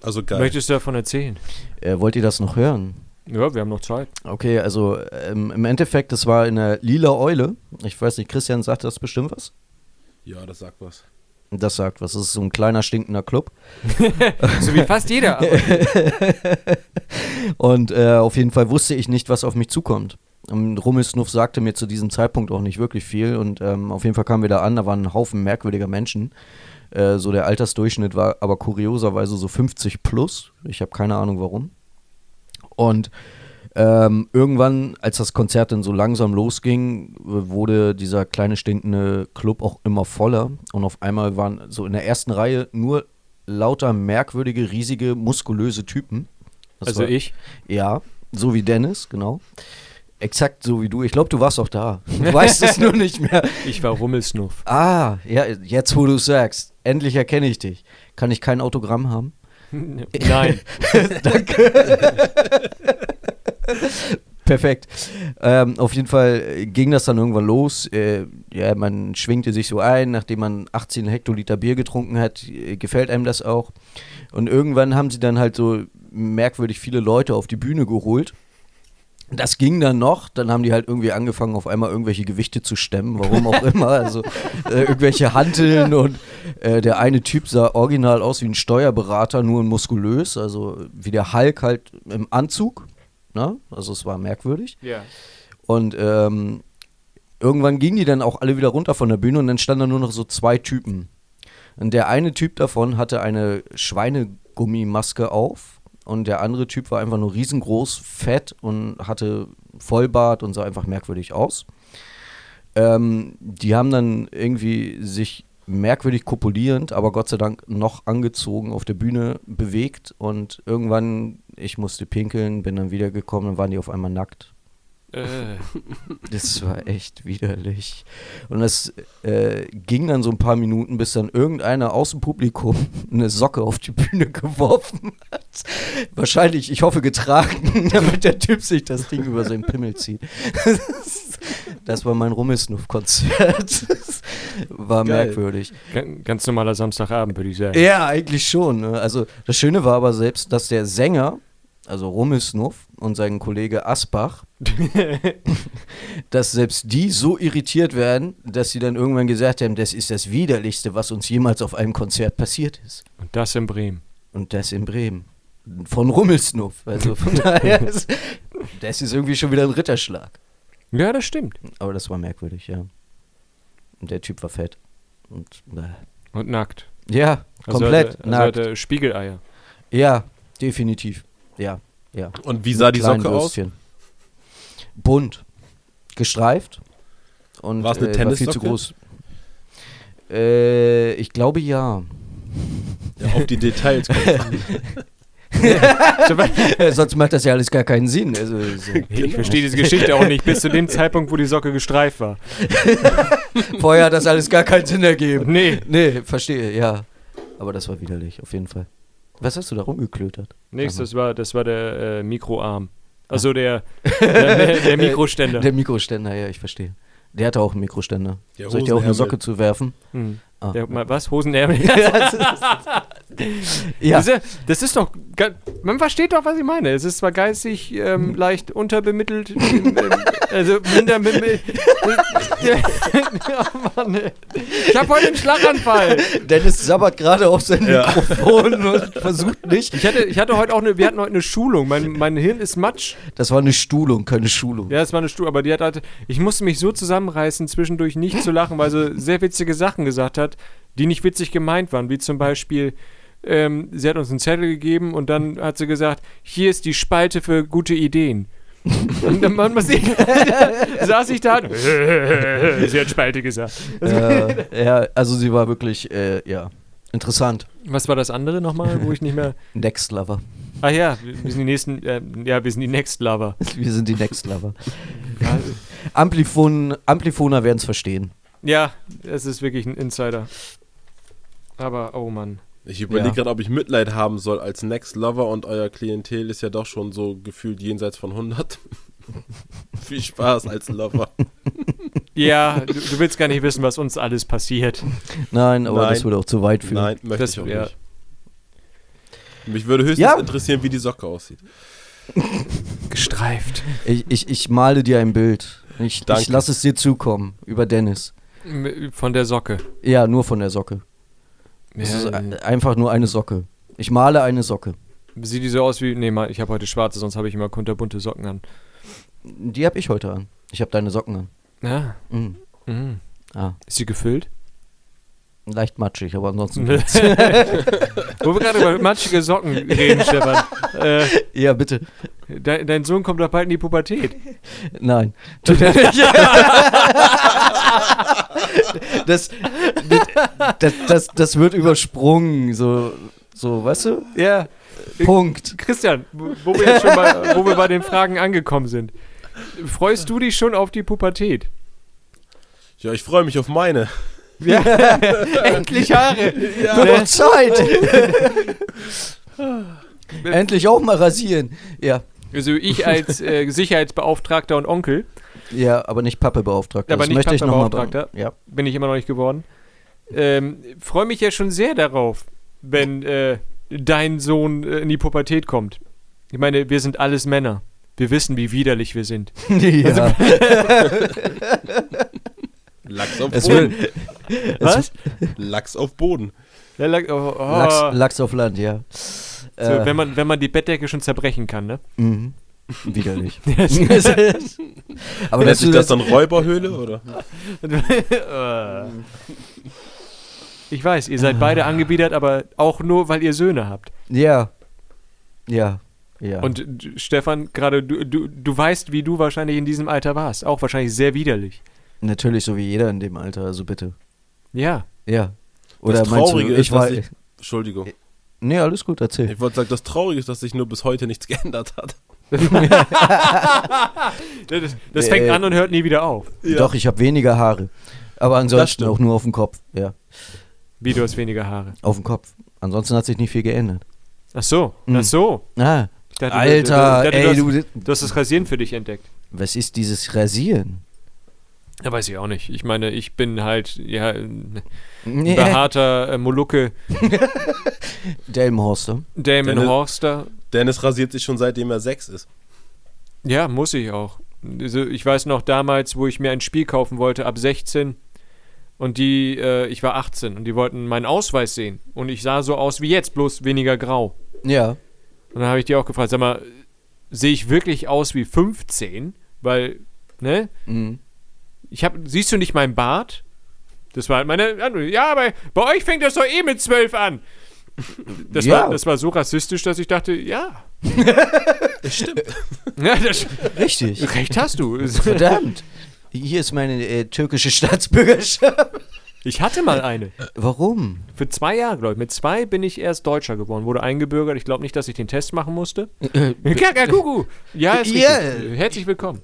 Also geil. Möchtest du davon erzählen? Äh, wollt ihr das noch hören? Ja, wir haben noch Zeit. Okay, also ähm, im Endeffekt, das war in der Lila Eule. Ich weiß nicht, Christian sagt das bestimmt was. Ja, das sagt was. Das sagt was. Das ist so ein kleiner, stinkender Club. So wie fast jeder. aber- Und äh, auf jeden Fall wusste ich nicht, was auf mich zukommt. Und Rummelsnuff sagte mir zu diesem Zeitpunkt auch nicht wirklich viel. Und ähm, auf jeden Fall kamen wir da an, da waren ein Haufen merkwürdiger Menschen. Äh, so der Altersdurchschnitt war aber kurioserweise so 50 plus. Ich habe keine Ahnung warum. Und ähm, irgendwann, als das Konzert dann so langsam losging, w- wurde dieser kleine stinkende Club auch immer voller. Und auf einmal waren so in der ersten Reihe nur lauter merkwürdige, riesige, muskulöse Typen. Das also war- ich. ja, so wie Dennis, genau. Exakt so wie du. Ich glaube, du warst auch da. Du weißt es nur nicht mehr. Ich war Rummelsnuff. Ah, ja, jetzt wo du sagst, endlich erkenne ich dich. Kann ich kein Autogramm haben? Nein. Perfekt. Ähm, auf jeden Fall äh, ging das dann irgendwann los. Äh, ja, man schwingte sich so ein, nachdem man 18 Hektoliter Bier getrunken hat, äh, gefällt einem das auch. Und irgendwann haben sie dann halt so merkwürdig viele Leute auf die Bühne geholt. Das ging dann noch, dann haben die halt irgendwie angefangen, auf einmal irgendwelche Gewichte zu stemmen, warum auch immer. Also äh, irgendwelche Hanteln und äh, der eine Typ sah original aus wie ein Steuerberater, nur muskulös, also wie der Hulk halt im Anzug. Ne? Also es war merkwürdig. ja. Und ähm, irgendwann gingen die dann auch alle wieder runter von der Bühne und dann standen da nur noch so zwei Typen. Und der eine Typ davon hatte eine Schweinegummimaske auf und der andere Typ war einfach nur riesengroß, fett und hatte Vollbart und sah einfach merkwürdig aus. Ähm, die haben dann irgendwie sich merkwürdig kopulierend, aber Gott sei Dank noch angezogen auf der Bühne bewegt und irgendwann, ich musste pinkeln, bin dann wiedergekommen und waren die auf einmal nackt. Äh, Das war echt widerlich. Und das äh, ging dann so ein paar Minuten, bis dann irgendeiner aus dem Publikum eine Socke auf die Bühne geworfen hat. Wahrscheinlich, ich hoffe, getragen, damit der Typ sich das Ding über seinen Pimmel zieht. Das war mein Rummelsnuff-Konzert. Das War Geil. merkwürdig. gan- ganz normaler Samstagabend, würde ich sagen. Ja, eigentlich schon. Ne? Also das Schöne war aber selbst, dass der Sänger, also Rummelsnuff und sein Kollege Asbach, dass selbst die so irritiert werden, dass sie dann irgendwann gesagt haben, das ist das Widerlichste, was uns jemals auf einem Konzert passiert ist. Und das in Bremen. Und das in Bremen. Von Rummelsnuff. Also von daher ist das ist irgendwie schon wieder ein Ritterschlag. Ja, das stimmt. Aber das war merkwürdig, ja. Und der Typ war fett. Und äh, Und nackt. ja, Also komplett Hatte, also nackt. hatte Spiegeleier. Ja, definitiv. Ja, ja. Und wie sah die Kleinen Socke aus? Würstchen. Bunt. Gestreift. Und War's eine äh, war viel zu Tennissocke? groß. Äh, ich glaube ja. Ja, auf die Details kommt. Sonst macht das ja alles gar keinen Sinn. Also, so. Ich verstehe diese Geschichte auch nicht, bis zu dem Zeitpunkt, wo die Socke gestreift war. Vorher hat das alles gar keinen Sinn ergeben. Nee, Nee, verstehe, ja. Aber das war widerlich, auf jeden Fall. Was hast du da rumgeklötert? nichts, Also. das war, das war der äh, Mikroarm. Also der, der, der Mikroständer. Ah. Der Mikroständer, ja, ich verstehe. Der hatte auch einen Mikroständer. Der Soll ich dir auch eine Hosenärmel. Socke zuwerfen? Hm. Ah. Der, mal, was? Hosenärmel? Ja. Das, ist, ja- das ist doch. ge- Man versteht doch, was ich meine. Es ist zwar geistig ähm, leicht unterbemittelt, ähm, ähm, also minder. bemi- oh Mann, ey. ich habe heute einen Schlaganfall. Dennis sabbert gerade auf sein Ja. Mikrofon und versucht nicht. Ich hatte, ich hatte heute auch eine. Wir hatten heute eine Schulung. Mein, mein Hirn ist matsch. Das war eine Stuhlung, keine Schulung. Ja, es war eine Stuhl, aber die hat halt. Ich musste mich so zusammenreißen, zwischendurch nicht zu lachen, weil sie sehr witzige Sachen gesagt hat, die nicht witzig gemeint waren. Wie zum Beispiel, ähm, sie hat uns einen Zettel gegeben und dann hat sie gesagt: Hier ist die Spalte für gute Ideen. Und dann, man, muss ich, saß ich da. sie hat Spalte gesagt. Äh, ja, also sie war wirklich, äh, ja, interessant. Was war das andere nochmal, wo ich nicht mehr. Next Lover. Ach Ah ja, wir wir sind die nächsten. Äh, ja, wir sind die Next Lover. Wir sind die Next Lover. Amplifon, Amplifoner werden es verstehen. Ja, es ist wirklich ein Insider. Aber, oh Mann. Ich überlege Ja. gerade, ob ich Mitleid haben soll als Next Lover und euer Klientel ist ja doch schon so gefühlt jenseits von 100. Viel Spaß als Lover. Ja, du, du willst gar nicht wissen, was uns alles passiert. Nein, aber Nein. das würde auch zu weit führen. Nein, möchte Das- ich auch ja. nicht. Mich würde höchstens Ja. interessieren, wie die Socke aussieht. Gestreift. Ich, ich, ich male dir ein Bild. Ich, ich Danke. lasse es dir zukommen über Dennis. Von der Socke. Ja, nur von der Socke. Es ist Ja, ein- einfach nur eine Socke. Ich male eine Socke. sieht die so aus wie. Nee, mal, ich habe heute schwarze, sonst habe ich immer kunterbunte Socken an. Die habe ich heute an. Ich habe deine Socken an. Ja. Mhm. Mhm. Ah, Ist sie gefüllt? leicht matschig, aber ansonsten. Wo wir gerade über matschige Socken reden, Stefan. Äh, ja, bitte. dein, dein Sohn kommt doch bald in die Pubertät. Nein. Tut er nicht. das, das, das, das wird übersprungen. So, so, weißt du? Ja. Punkt. Christian, wo wo wir jetzt schon bei, wo wir bei den Fragen angekommen sind. Freust du dich schon auf die Pubertät? Ja, ich freue mich auf meine. Endlich Haare! Wird doch Zeit. Endlich auch mal rasieren. Ja. Also ich als äh, Sicherheitsbeauftragter und Onkel Ja, aber nicht Pappebeauftragter. Aber das nicht möchte ich nochmal Pappebeauftragter. Ja. bin ich immer noch nicht geworden. Ähm, Freue mich ja schon sehr darauf, wenn äh, dein Sohn äh, in die Pubertät kommt. Ich meine, wir sind alles Männer. Wir wissen, wie widerlich wir sind. Also, Lachs ja. auf Es Boden. will, Was? Lachs auf Boden. Ja, Lachs- oh, oh. Lachs, Lachs auf Land, ja. so, Äh, wenn, man, wenn man die Bettdecke schon zerbrechen kann, ne? mhm. Widerlich. aber Nennt dass du sich das das, dann Räuberhöhle, oder? Äh. ich weiß, ihr seid Ah. beide angebiedert, aber auch nur, weil ihr Söhne habt. ja. Ja. Ja. Und äh, Stefan, gerade du, du, du weißt, wie du wahrscheinlich in diesem Alter warst. Auch wahrscheinlich sehr widerlich. natürlich so wie jeder in dem Alter, also bitte. Ja. Ja. Oder das meinst du, Traurige ich ist, war dass ich, Entschuldigung. Nee, alles gut, erzähl. Ich wollte sagen, das Traurige ist, dass sich nur bis heute nichts geändert hat. Das, das fängt Äh. an und hört nie wieder auf. Doch, ich habe weniger Haare. Aber ansonsten stimmt. auch nur auf dem Kopf. Ja, Wie du hast weniger Haare. auf dem Kopf. Ansonsten hat sich nicht viel geändert. Ach so, ach Mhm. so. Ah, Ich dachte, du- Alter, du, ich dachte, ey, du, du, hast, du hast das Rasieren für dich entdeckt. was ist dieses Rasieren? Ja, weiß ich auch nicht. Ich meine, ich bin halt ja, ein Nee, behaarter äh, Molucke Delmenhorster. Damon Deine- Horster. Dennis rasiert sich schon seitdem er sechs ist. Ja, muss ich auch. Also ich weiß noch damals, wo ich mir ein Spiel kaufen wollte, ab 16. Und die, äh, ich war 18 und die wollten meinen Ausweis sehen. Und ich sah so aus wie jetzt, bloß weniger grau. Ja, Und dann habe ich die auch gefragt, sag mal, sehe ich wirklich aus wie 15? Weil, ne? mhm. Ich hab, siehst du nicht meinen Bart? Das war halt meine Antwort. Ja, aber bei euch fängt das doch eh mit 12 an. Das, Ja. war, das war so rassistisch, dass ich dachte, ja. das stimmt. Ja, das, richtig. recht hast du. Verdammt. Hier ist meine äh, türkische Staatsbürgerschaft. Ich hatte mal eine. Warum? Für zwei Jahre, glaube ich. Mit zwei bin ich erst Deutscher geworden, wurde eingebürgert. Ich glaube nicht, dass ich den Test machen musste. Kakakuku. Ja, ist richtig. Yeah. Herzlich willkommen.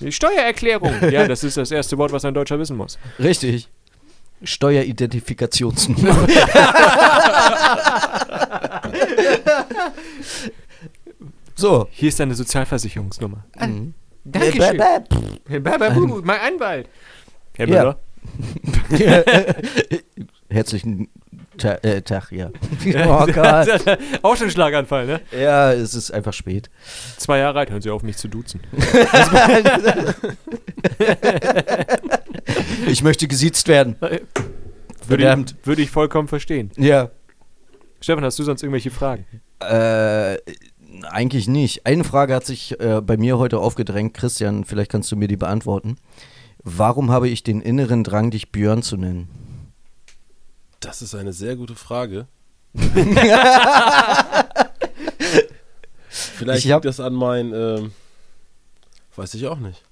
Die Steuererklärung. Ja, das ist das erste Wort, was ein Deutscher wissen muss. Richtig. Steueridentifikationsnummer. so. Hier ist deine Sozialversicherungsnummer. Mhm. Dankeschön. Herr Bababu, mein Anwalt. Herr Ja. Müller. Herzlichen Ta äh, Tag, ja. Oh Gott. Auch schon Schlaganfall, ne? Ja, es ist einfach spät. Zwei Jahre alt, hören Sie auf, mich zu duzen. ich möchte gesiezt werden. Würde Verdammt. ich, würde ich vollkommen verstehen. Ja. Stefan, hast du sonst irgendwelche Fragen? Äh, eigentlich nicht. Eine Frage hat sich äh, bei mir heute aufgedrängt. Christian, vielleicht kannst du mir die beantworten. Warum habe ich den inneren Drang, dich Björn zu nennen? Das ist eine sehr gute Frage. Vielleicht Ich hab- liegt das an mein, ähm, weiß ich auch nicht.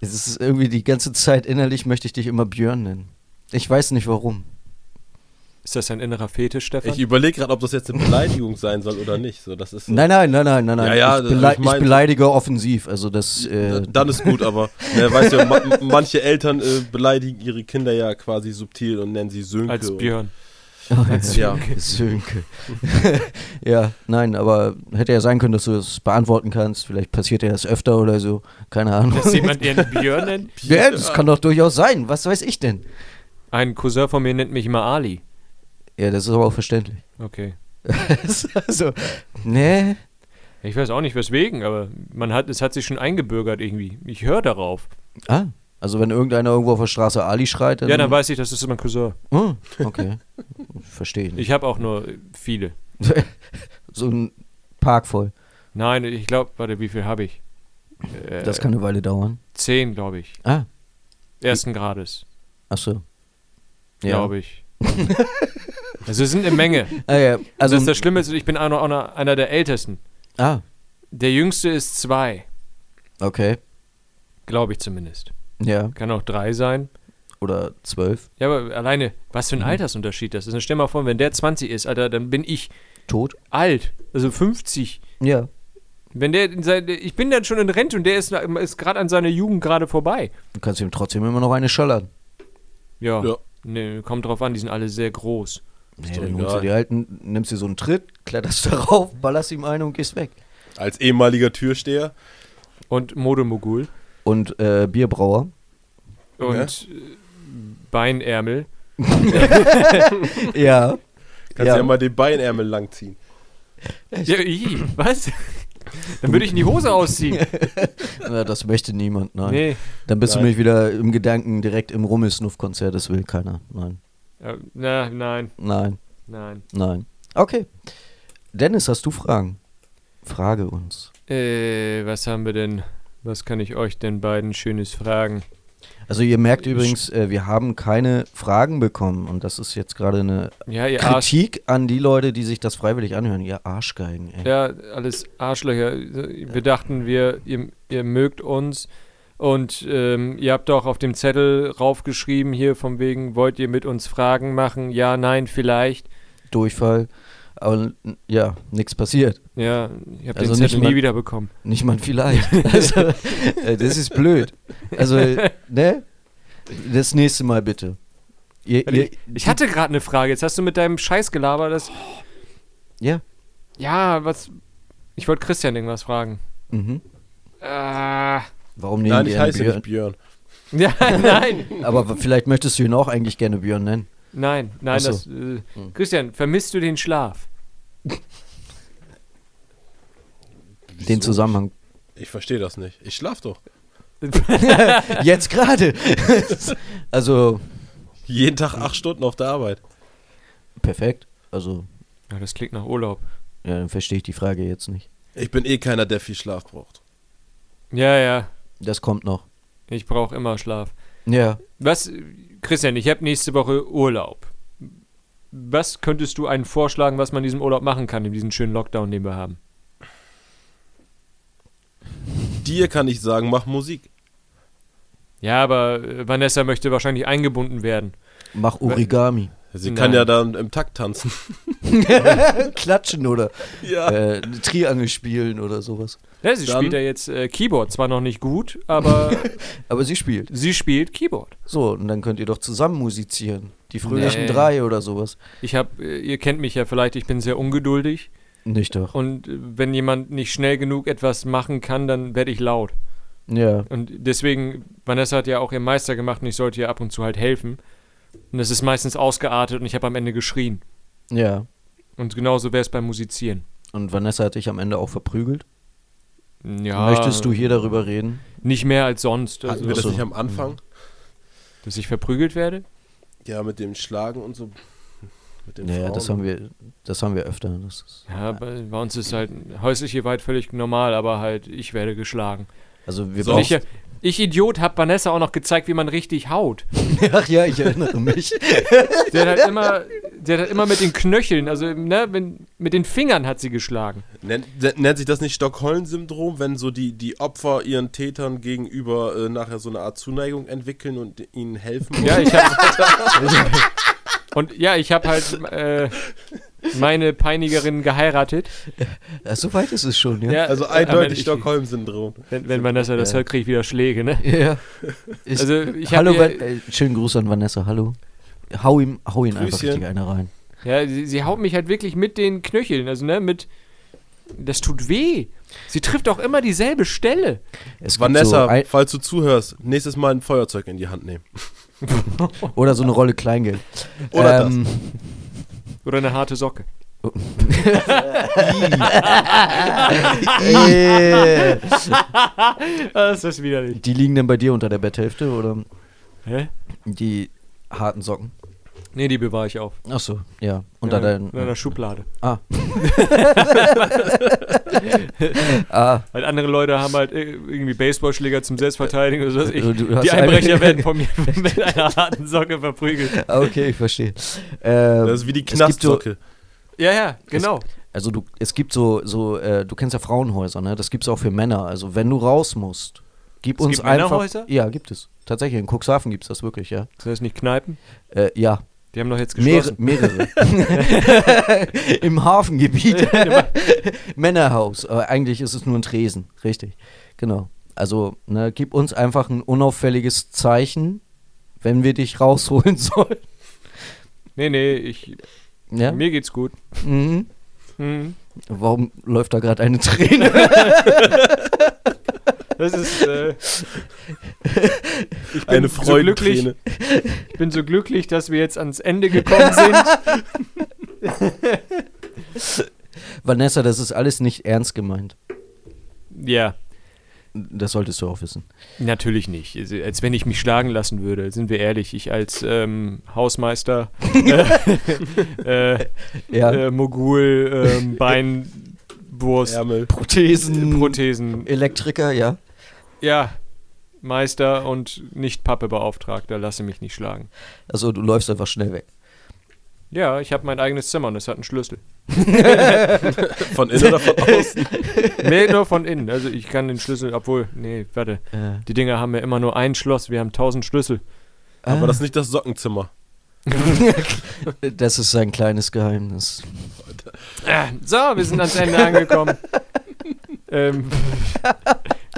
Es ist irgendwie die ganze Zeit innerlich möchte ich dich immer Björn nennen. Ich weiß nicht warum. Ist das ein innerer Fetisch, Stefan? Ich überlege gerade, ob das jetzt eine Beleidigung sein soll oder nicht. So, das ist so. Nein, nein, nein, nein, nein, nein. Ja, ja, ich, belei ich mein- ich beleidige offensiv. Also das. Äh, Dann ist gut, aber ne, weißt du, ma manche Eltern äh, beleidigen ihre Kinder ja quasi subtil und nennen sie Sönke. Als und- Björn. Ja. Sönke. ja, nein, aber hätte ja sein können, dass du es beantworten kannst. Vielleicht passiert ja das öfter oder so. Keine Ahnung. Dass jemand ihren Björn nennt? Ja, äh, das kann doch durchaus sein. Was weiß ich denn? Ein Cousin von mir nennt mich immer Ali. Ja, das ist aber auch verständlich. Okay. so, ne? Ich weiß auch nicht weswegen, aber man hat, es hat sich schon eingebürgert irgendwie. Ich höre darauf. Ah, also wenn irgendeiner irgendwo auf der Straße Ali schreit, dann. Ja, dann weiß ich, das ist mein Cousin. Ah, okay. Verstehe ich nicht. Ich habe auch nur viele. so ein Park voll. Nein, ich glaube, warte, wie viel habe ich? Äh, Das kann eine Weile dauern. Zehn, glaube ich. Ah, Hm. Ersten Grades, achso. glaube ich. also es sind eine Menge. Ah, ja. Also Also, das, ist das Schlimme ist, ich bin einer, einer, einer der Ältesten. ah, Der Jüngste ist zwei, okay. glaube ich zumindest. Ja, Kann auch drei sein. oder zwölf. Ja, aber alleine, was Mhm. für ein Altersunterschied das ist. Und stell mal vor, wenn der 20 ist, Alter, dann bin ich Tot? alt, also 50. Ja. Wenn der in seine, ich bin dann schon in Rente und der ist, ist gerade an seiner Jugend gerade vorbei. Du kannst ihm trotzdem immer noch eine schallern. Ja. Ja. Nee, kommt drauf an, die sind alle sehr groß. Nee, doch dann nimmst egal. du dir halt, einen- nimmst dir so einen Tritt, kletterst darauf, ballerst ihm eine und gehst weg. Als ehemaliger Türsteher. Und Modemogul Und äh, Bierbrauer. und äh, Beinärmel. Ja. Kannst Ja. ja. ja mal den Beinärmel langziehen. Ja, ii, was? Dann würde ich in die Hose ausziehen. Na, Äh, das möchte niemand, nein. Nee. Dann bist du Nein. mich wieder im Gedanken direkt im Rummelsnuff-Konzert, das will keiner. Nein, Ja, Äh, na, nein, nein, nein. nein. Okay. Dennis, hast du Fragen? Frage uns. Äh, was haben wir denn? Was kann ich euch denn beiden Schönes fragen? Also ihr merkt übrigens, äh, wir haben keine Fragen bekommen und das ist jetzt gerade eine Ja, ihr Arsch. Kritik an die Leute, die sich das freiwillig anhören. Ihr Arschgeigen, ey. Ja, alles Arschlöcher. Wir dachten, wir, ihr, ihr mögt uns. Und ähm, ihr habt doch auf dem Zettel raufgeschrieben hier von wegen, wollt ihr mit uns Fragen machen? Ja, nein, vielleicht. Durchfall. Aber n- ja, nichts passiert. Ja, ich habe Also den nicht Zettel mal- nie wieder bekommen. Nicht mal ein vielleicht. Also, äh, das ist blöd. Also, äh, ne? Das nächste Mal bitte. Ihr, Also ihr, Ich, ich hatte gerade eine Frage. Jetzt hast du mit deinem Scheißgelaber das. ja. Ja, was. Ich wollte Christian irgendwas fragen. Mhm. Ah. Warum nehmen Nein, die ich einen heiße Björn? nicht Björn. Ja, nein. Aber w- vielleicht möchtest du ihn auch eigentlich gerne Björn nennen. Nein, nein, Ach so. das. Äh, Christian, vermisst du den Schlaf? Den Zusammenhang. Ich verstehe das nicht. Ich schlaf doch. Jetzt gerade. also, Jeden Tag acht Stunden auf der Arbeit. perfekt. Also, Ja, das klingt nach Urlaub. ja, dann verstehe ich die Frage jetzt nicht. Ich bin eh keiner, der viel Schlaf braucht. Ja, ja. Das kommt noch. Ich brauche immer Schlaf. Ja. Was, Christian, ich habe nächste Woche Urlaub. Was könntest du einen vorschlagen, was man in diesem Urlaub machen kann, in diesem schönen Lockdown, den wir haben? Dir kann ich sagen, mach Musik. Ja, aber äh, Vanessa möchte wahrscheinlich eingebunden werden. Mach Origami. Sie Nein. kann ja dann im Takt tanzen. Klatschen oder Ja. äh, Triangel spielen oder sowas. Ja, sie Dann- spielt ja jetzt äh, Keyboard, zwar noch nicht gut, aber Aber sie spielt. sie spielt Keyboard. So, und dann könnt ihr doch zusammen musizieren. Die fröhlichen Nee. drei oder sowas. Ich hab, äh, ihr kennt mich ja vielleicht, ich bin sehr ungeduldig Nicht doch. und äh, wenn jemand nicht schnell genug etwas machen kann, dann werde ich laut. Ja. Und deswegen, Vanessa hat ja auch ihr Meister gemacht und ich sollte ihr ab und zu halt helfen. Und das ist meistens ausgeartet und ich habe am Ende geschrien. Ja. Und genauso wäre es beim Musizieren. Und Vanessa hat dich am Ende auch verprügelt. Ja, Möchtest du Ah, hier darüber reden? Nicht mehr als sonst. Hatten Also, wir das Achso. nicht am Anfang? Mhm. dass ich verprügelt werde? Ja, mit dem Schlagen und so. Mit dem Naja, Frauen. das haben wir, das haben wir öfter. Das ist Ja, bei, bei uns ist halt häusliche Gewalt völlig normal, aber halt, ich werde geschlagen. Also wir So. Und brauchen. ich, äh, ich Idiot, hab Vanessa auch noch gezeigt, wie man richtig haut. Ach ja, ich erinnere mich. Der hat halt immer, der hat halt immer mit den Knöcheln, also ne, wenn, mit den Fingern hat sie geschlagen. Nennt, nen- nennt sich das nicht Stockholm-Syndrom, wenn so die, die Opfer ihren Tätern gegenüber äh, nachher so eine Art Zuneigung entwickeln und ihnen helfen? Ja, ich hab, Und ja, ich habe halt äh, meine Peinigerin geheiratet. Ach, so weit ist es schon, ja. Ja, Also äh, eindeutig aber ich- Stockholm-Syndrom. Wenn, wenn Vanessa das Ja. hört, krieg ich wieder Schläge, ne? Ja. Ist, Also, ich hab hallo, ihr- Van- äh, schönen Gruß an Vanessa, hallo. Hau ihm, hau ihn einfach Grüßchen. richtig einer rein. Ja, sie, sie haut mich halt wirklich mit den Knöcheln, also ne, mit. Das tut weh. Sie trifft auch immer dieselbe Stelle. Es gibt Vanessa, So Also, ein, falls du zuhörst, nächstes Mal ein Feuerzeug in die Hand nehmen. oder so eine Rolle Kleingeld. Oder ähm, Oder eine harte Socke. Äh, Ah, Das ist widerlich. die liegen denn bei dir unter der Betthälfte oder Hä? die harten Socken? Nee, die bewahre ich auf. Achso, ja. Unter deinen. In einer Schublade. Ah. ah. Weil andere Leute haben halt äh, irgendwie Baseballschläger zum Selbstverteidigen oder so. was weiß Ich. Du- du hast Die Einbrecher eine- werden von mir mit einer harten Socke verprügelt. Ah, Okay, ich verstehe. Ähm, Das ist wie die es gibt so- Knastsocke. Ja, ja, genau. Also du, es gibt so, so äh, du kennst ja Frauenhäuser, ne? Das gibt's auch für Männer. Also wenn du raus musst, gib Es uns gibt einfach. Männerhäuser? Ja, gibt es. Tatsächlich, in Cuxhaven gibt's das wirklich, ja. Das heißt nicht Kneipen. Äh, ja, Die haben doch jetzt mehrere. geschlossen. mehrere. Im Hafengebiet. Männerhaus. Aber eigentlich ist es nur ein Tresen, richtig. Genau. Also, ne, gib uns einfach ein unauffälliges Zeichen, wenn wir dich rausholen sollen. Nee, nee, ich, Ja? mir geht's gut. Mhm. Hm. Warum läuft da gerade eine Träne? Das ist, äh, ich bin Eine so glücklich, Freudenträne. ich bin so glücklich, dass wir jetzt ans Ende gekommen sind. Vanessa, das ist alles nicht ernst gemeint. ja, Das solltest du auch wissen. natürlich nicht. Also, Als wenn ich mich schlagen lassen würde, sind wir ehrlich. Ich als ähm, Hausmeister, äh, äh, Ja. äh, Mogul, ähm, Beinwurst, Ärmel. Prothesen. Prothesen, Elektriker, ja. ja, Meister und nicht Pappebeauftragter, lasse mich nicht schlagen. Also du läufst einfach schnell weg. Ja, ich habe mein eigenes Zimmer und es hat einen Schlüssel. Von innen oder von außen? Nee, nur von innen. Also ich kann den Schlüssel, obwohl, nee, warte. Äh, Die Dinger haben ja immer nur ein Schloss, wir haben tausend Schlüssel. Ah. Aber das ist nicht das Sockenzimmer. das ist sein kleines Geheimnis. Äh, So, wir sind ans Ende angekommen. ähm,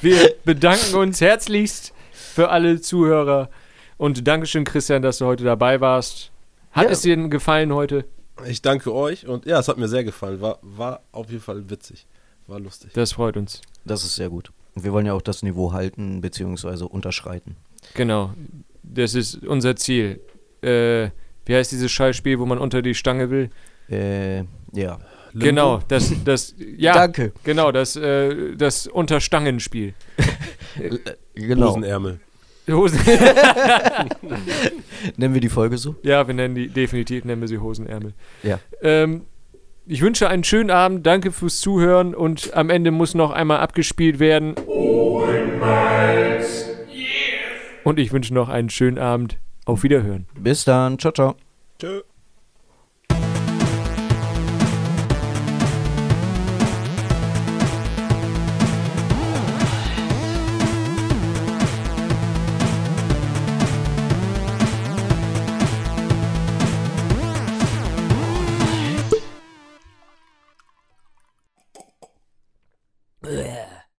wir bedanken uns herzlichst für alle Zuhörer. Und Dankeschön, Christian, dass du heute dabei warst. Hat Ja. es dir denn gefallen heute? Ich danke euch und ja, es hat mir sehr gefallen. War, war auf jeden Fall witzig. War lustig. Das freut uns. Das ist sehr gut. Und Wir wollen ja auch das Niveau halten bzw. unterschreiten. Genau. Das ist unser Ziel. Äh, wie heißt dieses Scheißspiel, wo man unter die Stange will? Äh, ja. Limbo? Genau, das, das, ja, Danke. genau, das, äh, das Unterstangenspiel. Genau. Hosenärmel. Hosen Nennen wir die Folge so? Ja, wir nennen die definitiv nennen wir sie Hosenärmel. Ja. Ähm, ich wünsche einen schönen Abend, danke fürs Zuhören und am Ende muss noch einmal abgespielt werden. Und ich wünsche noch einen schönen Abend. Auf Wiederhören. Bis dann. Ciao, ciao. Tschö. Ugh.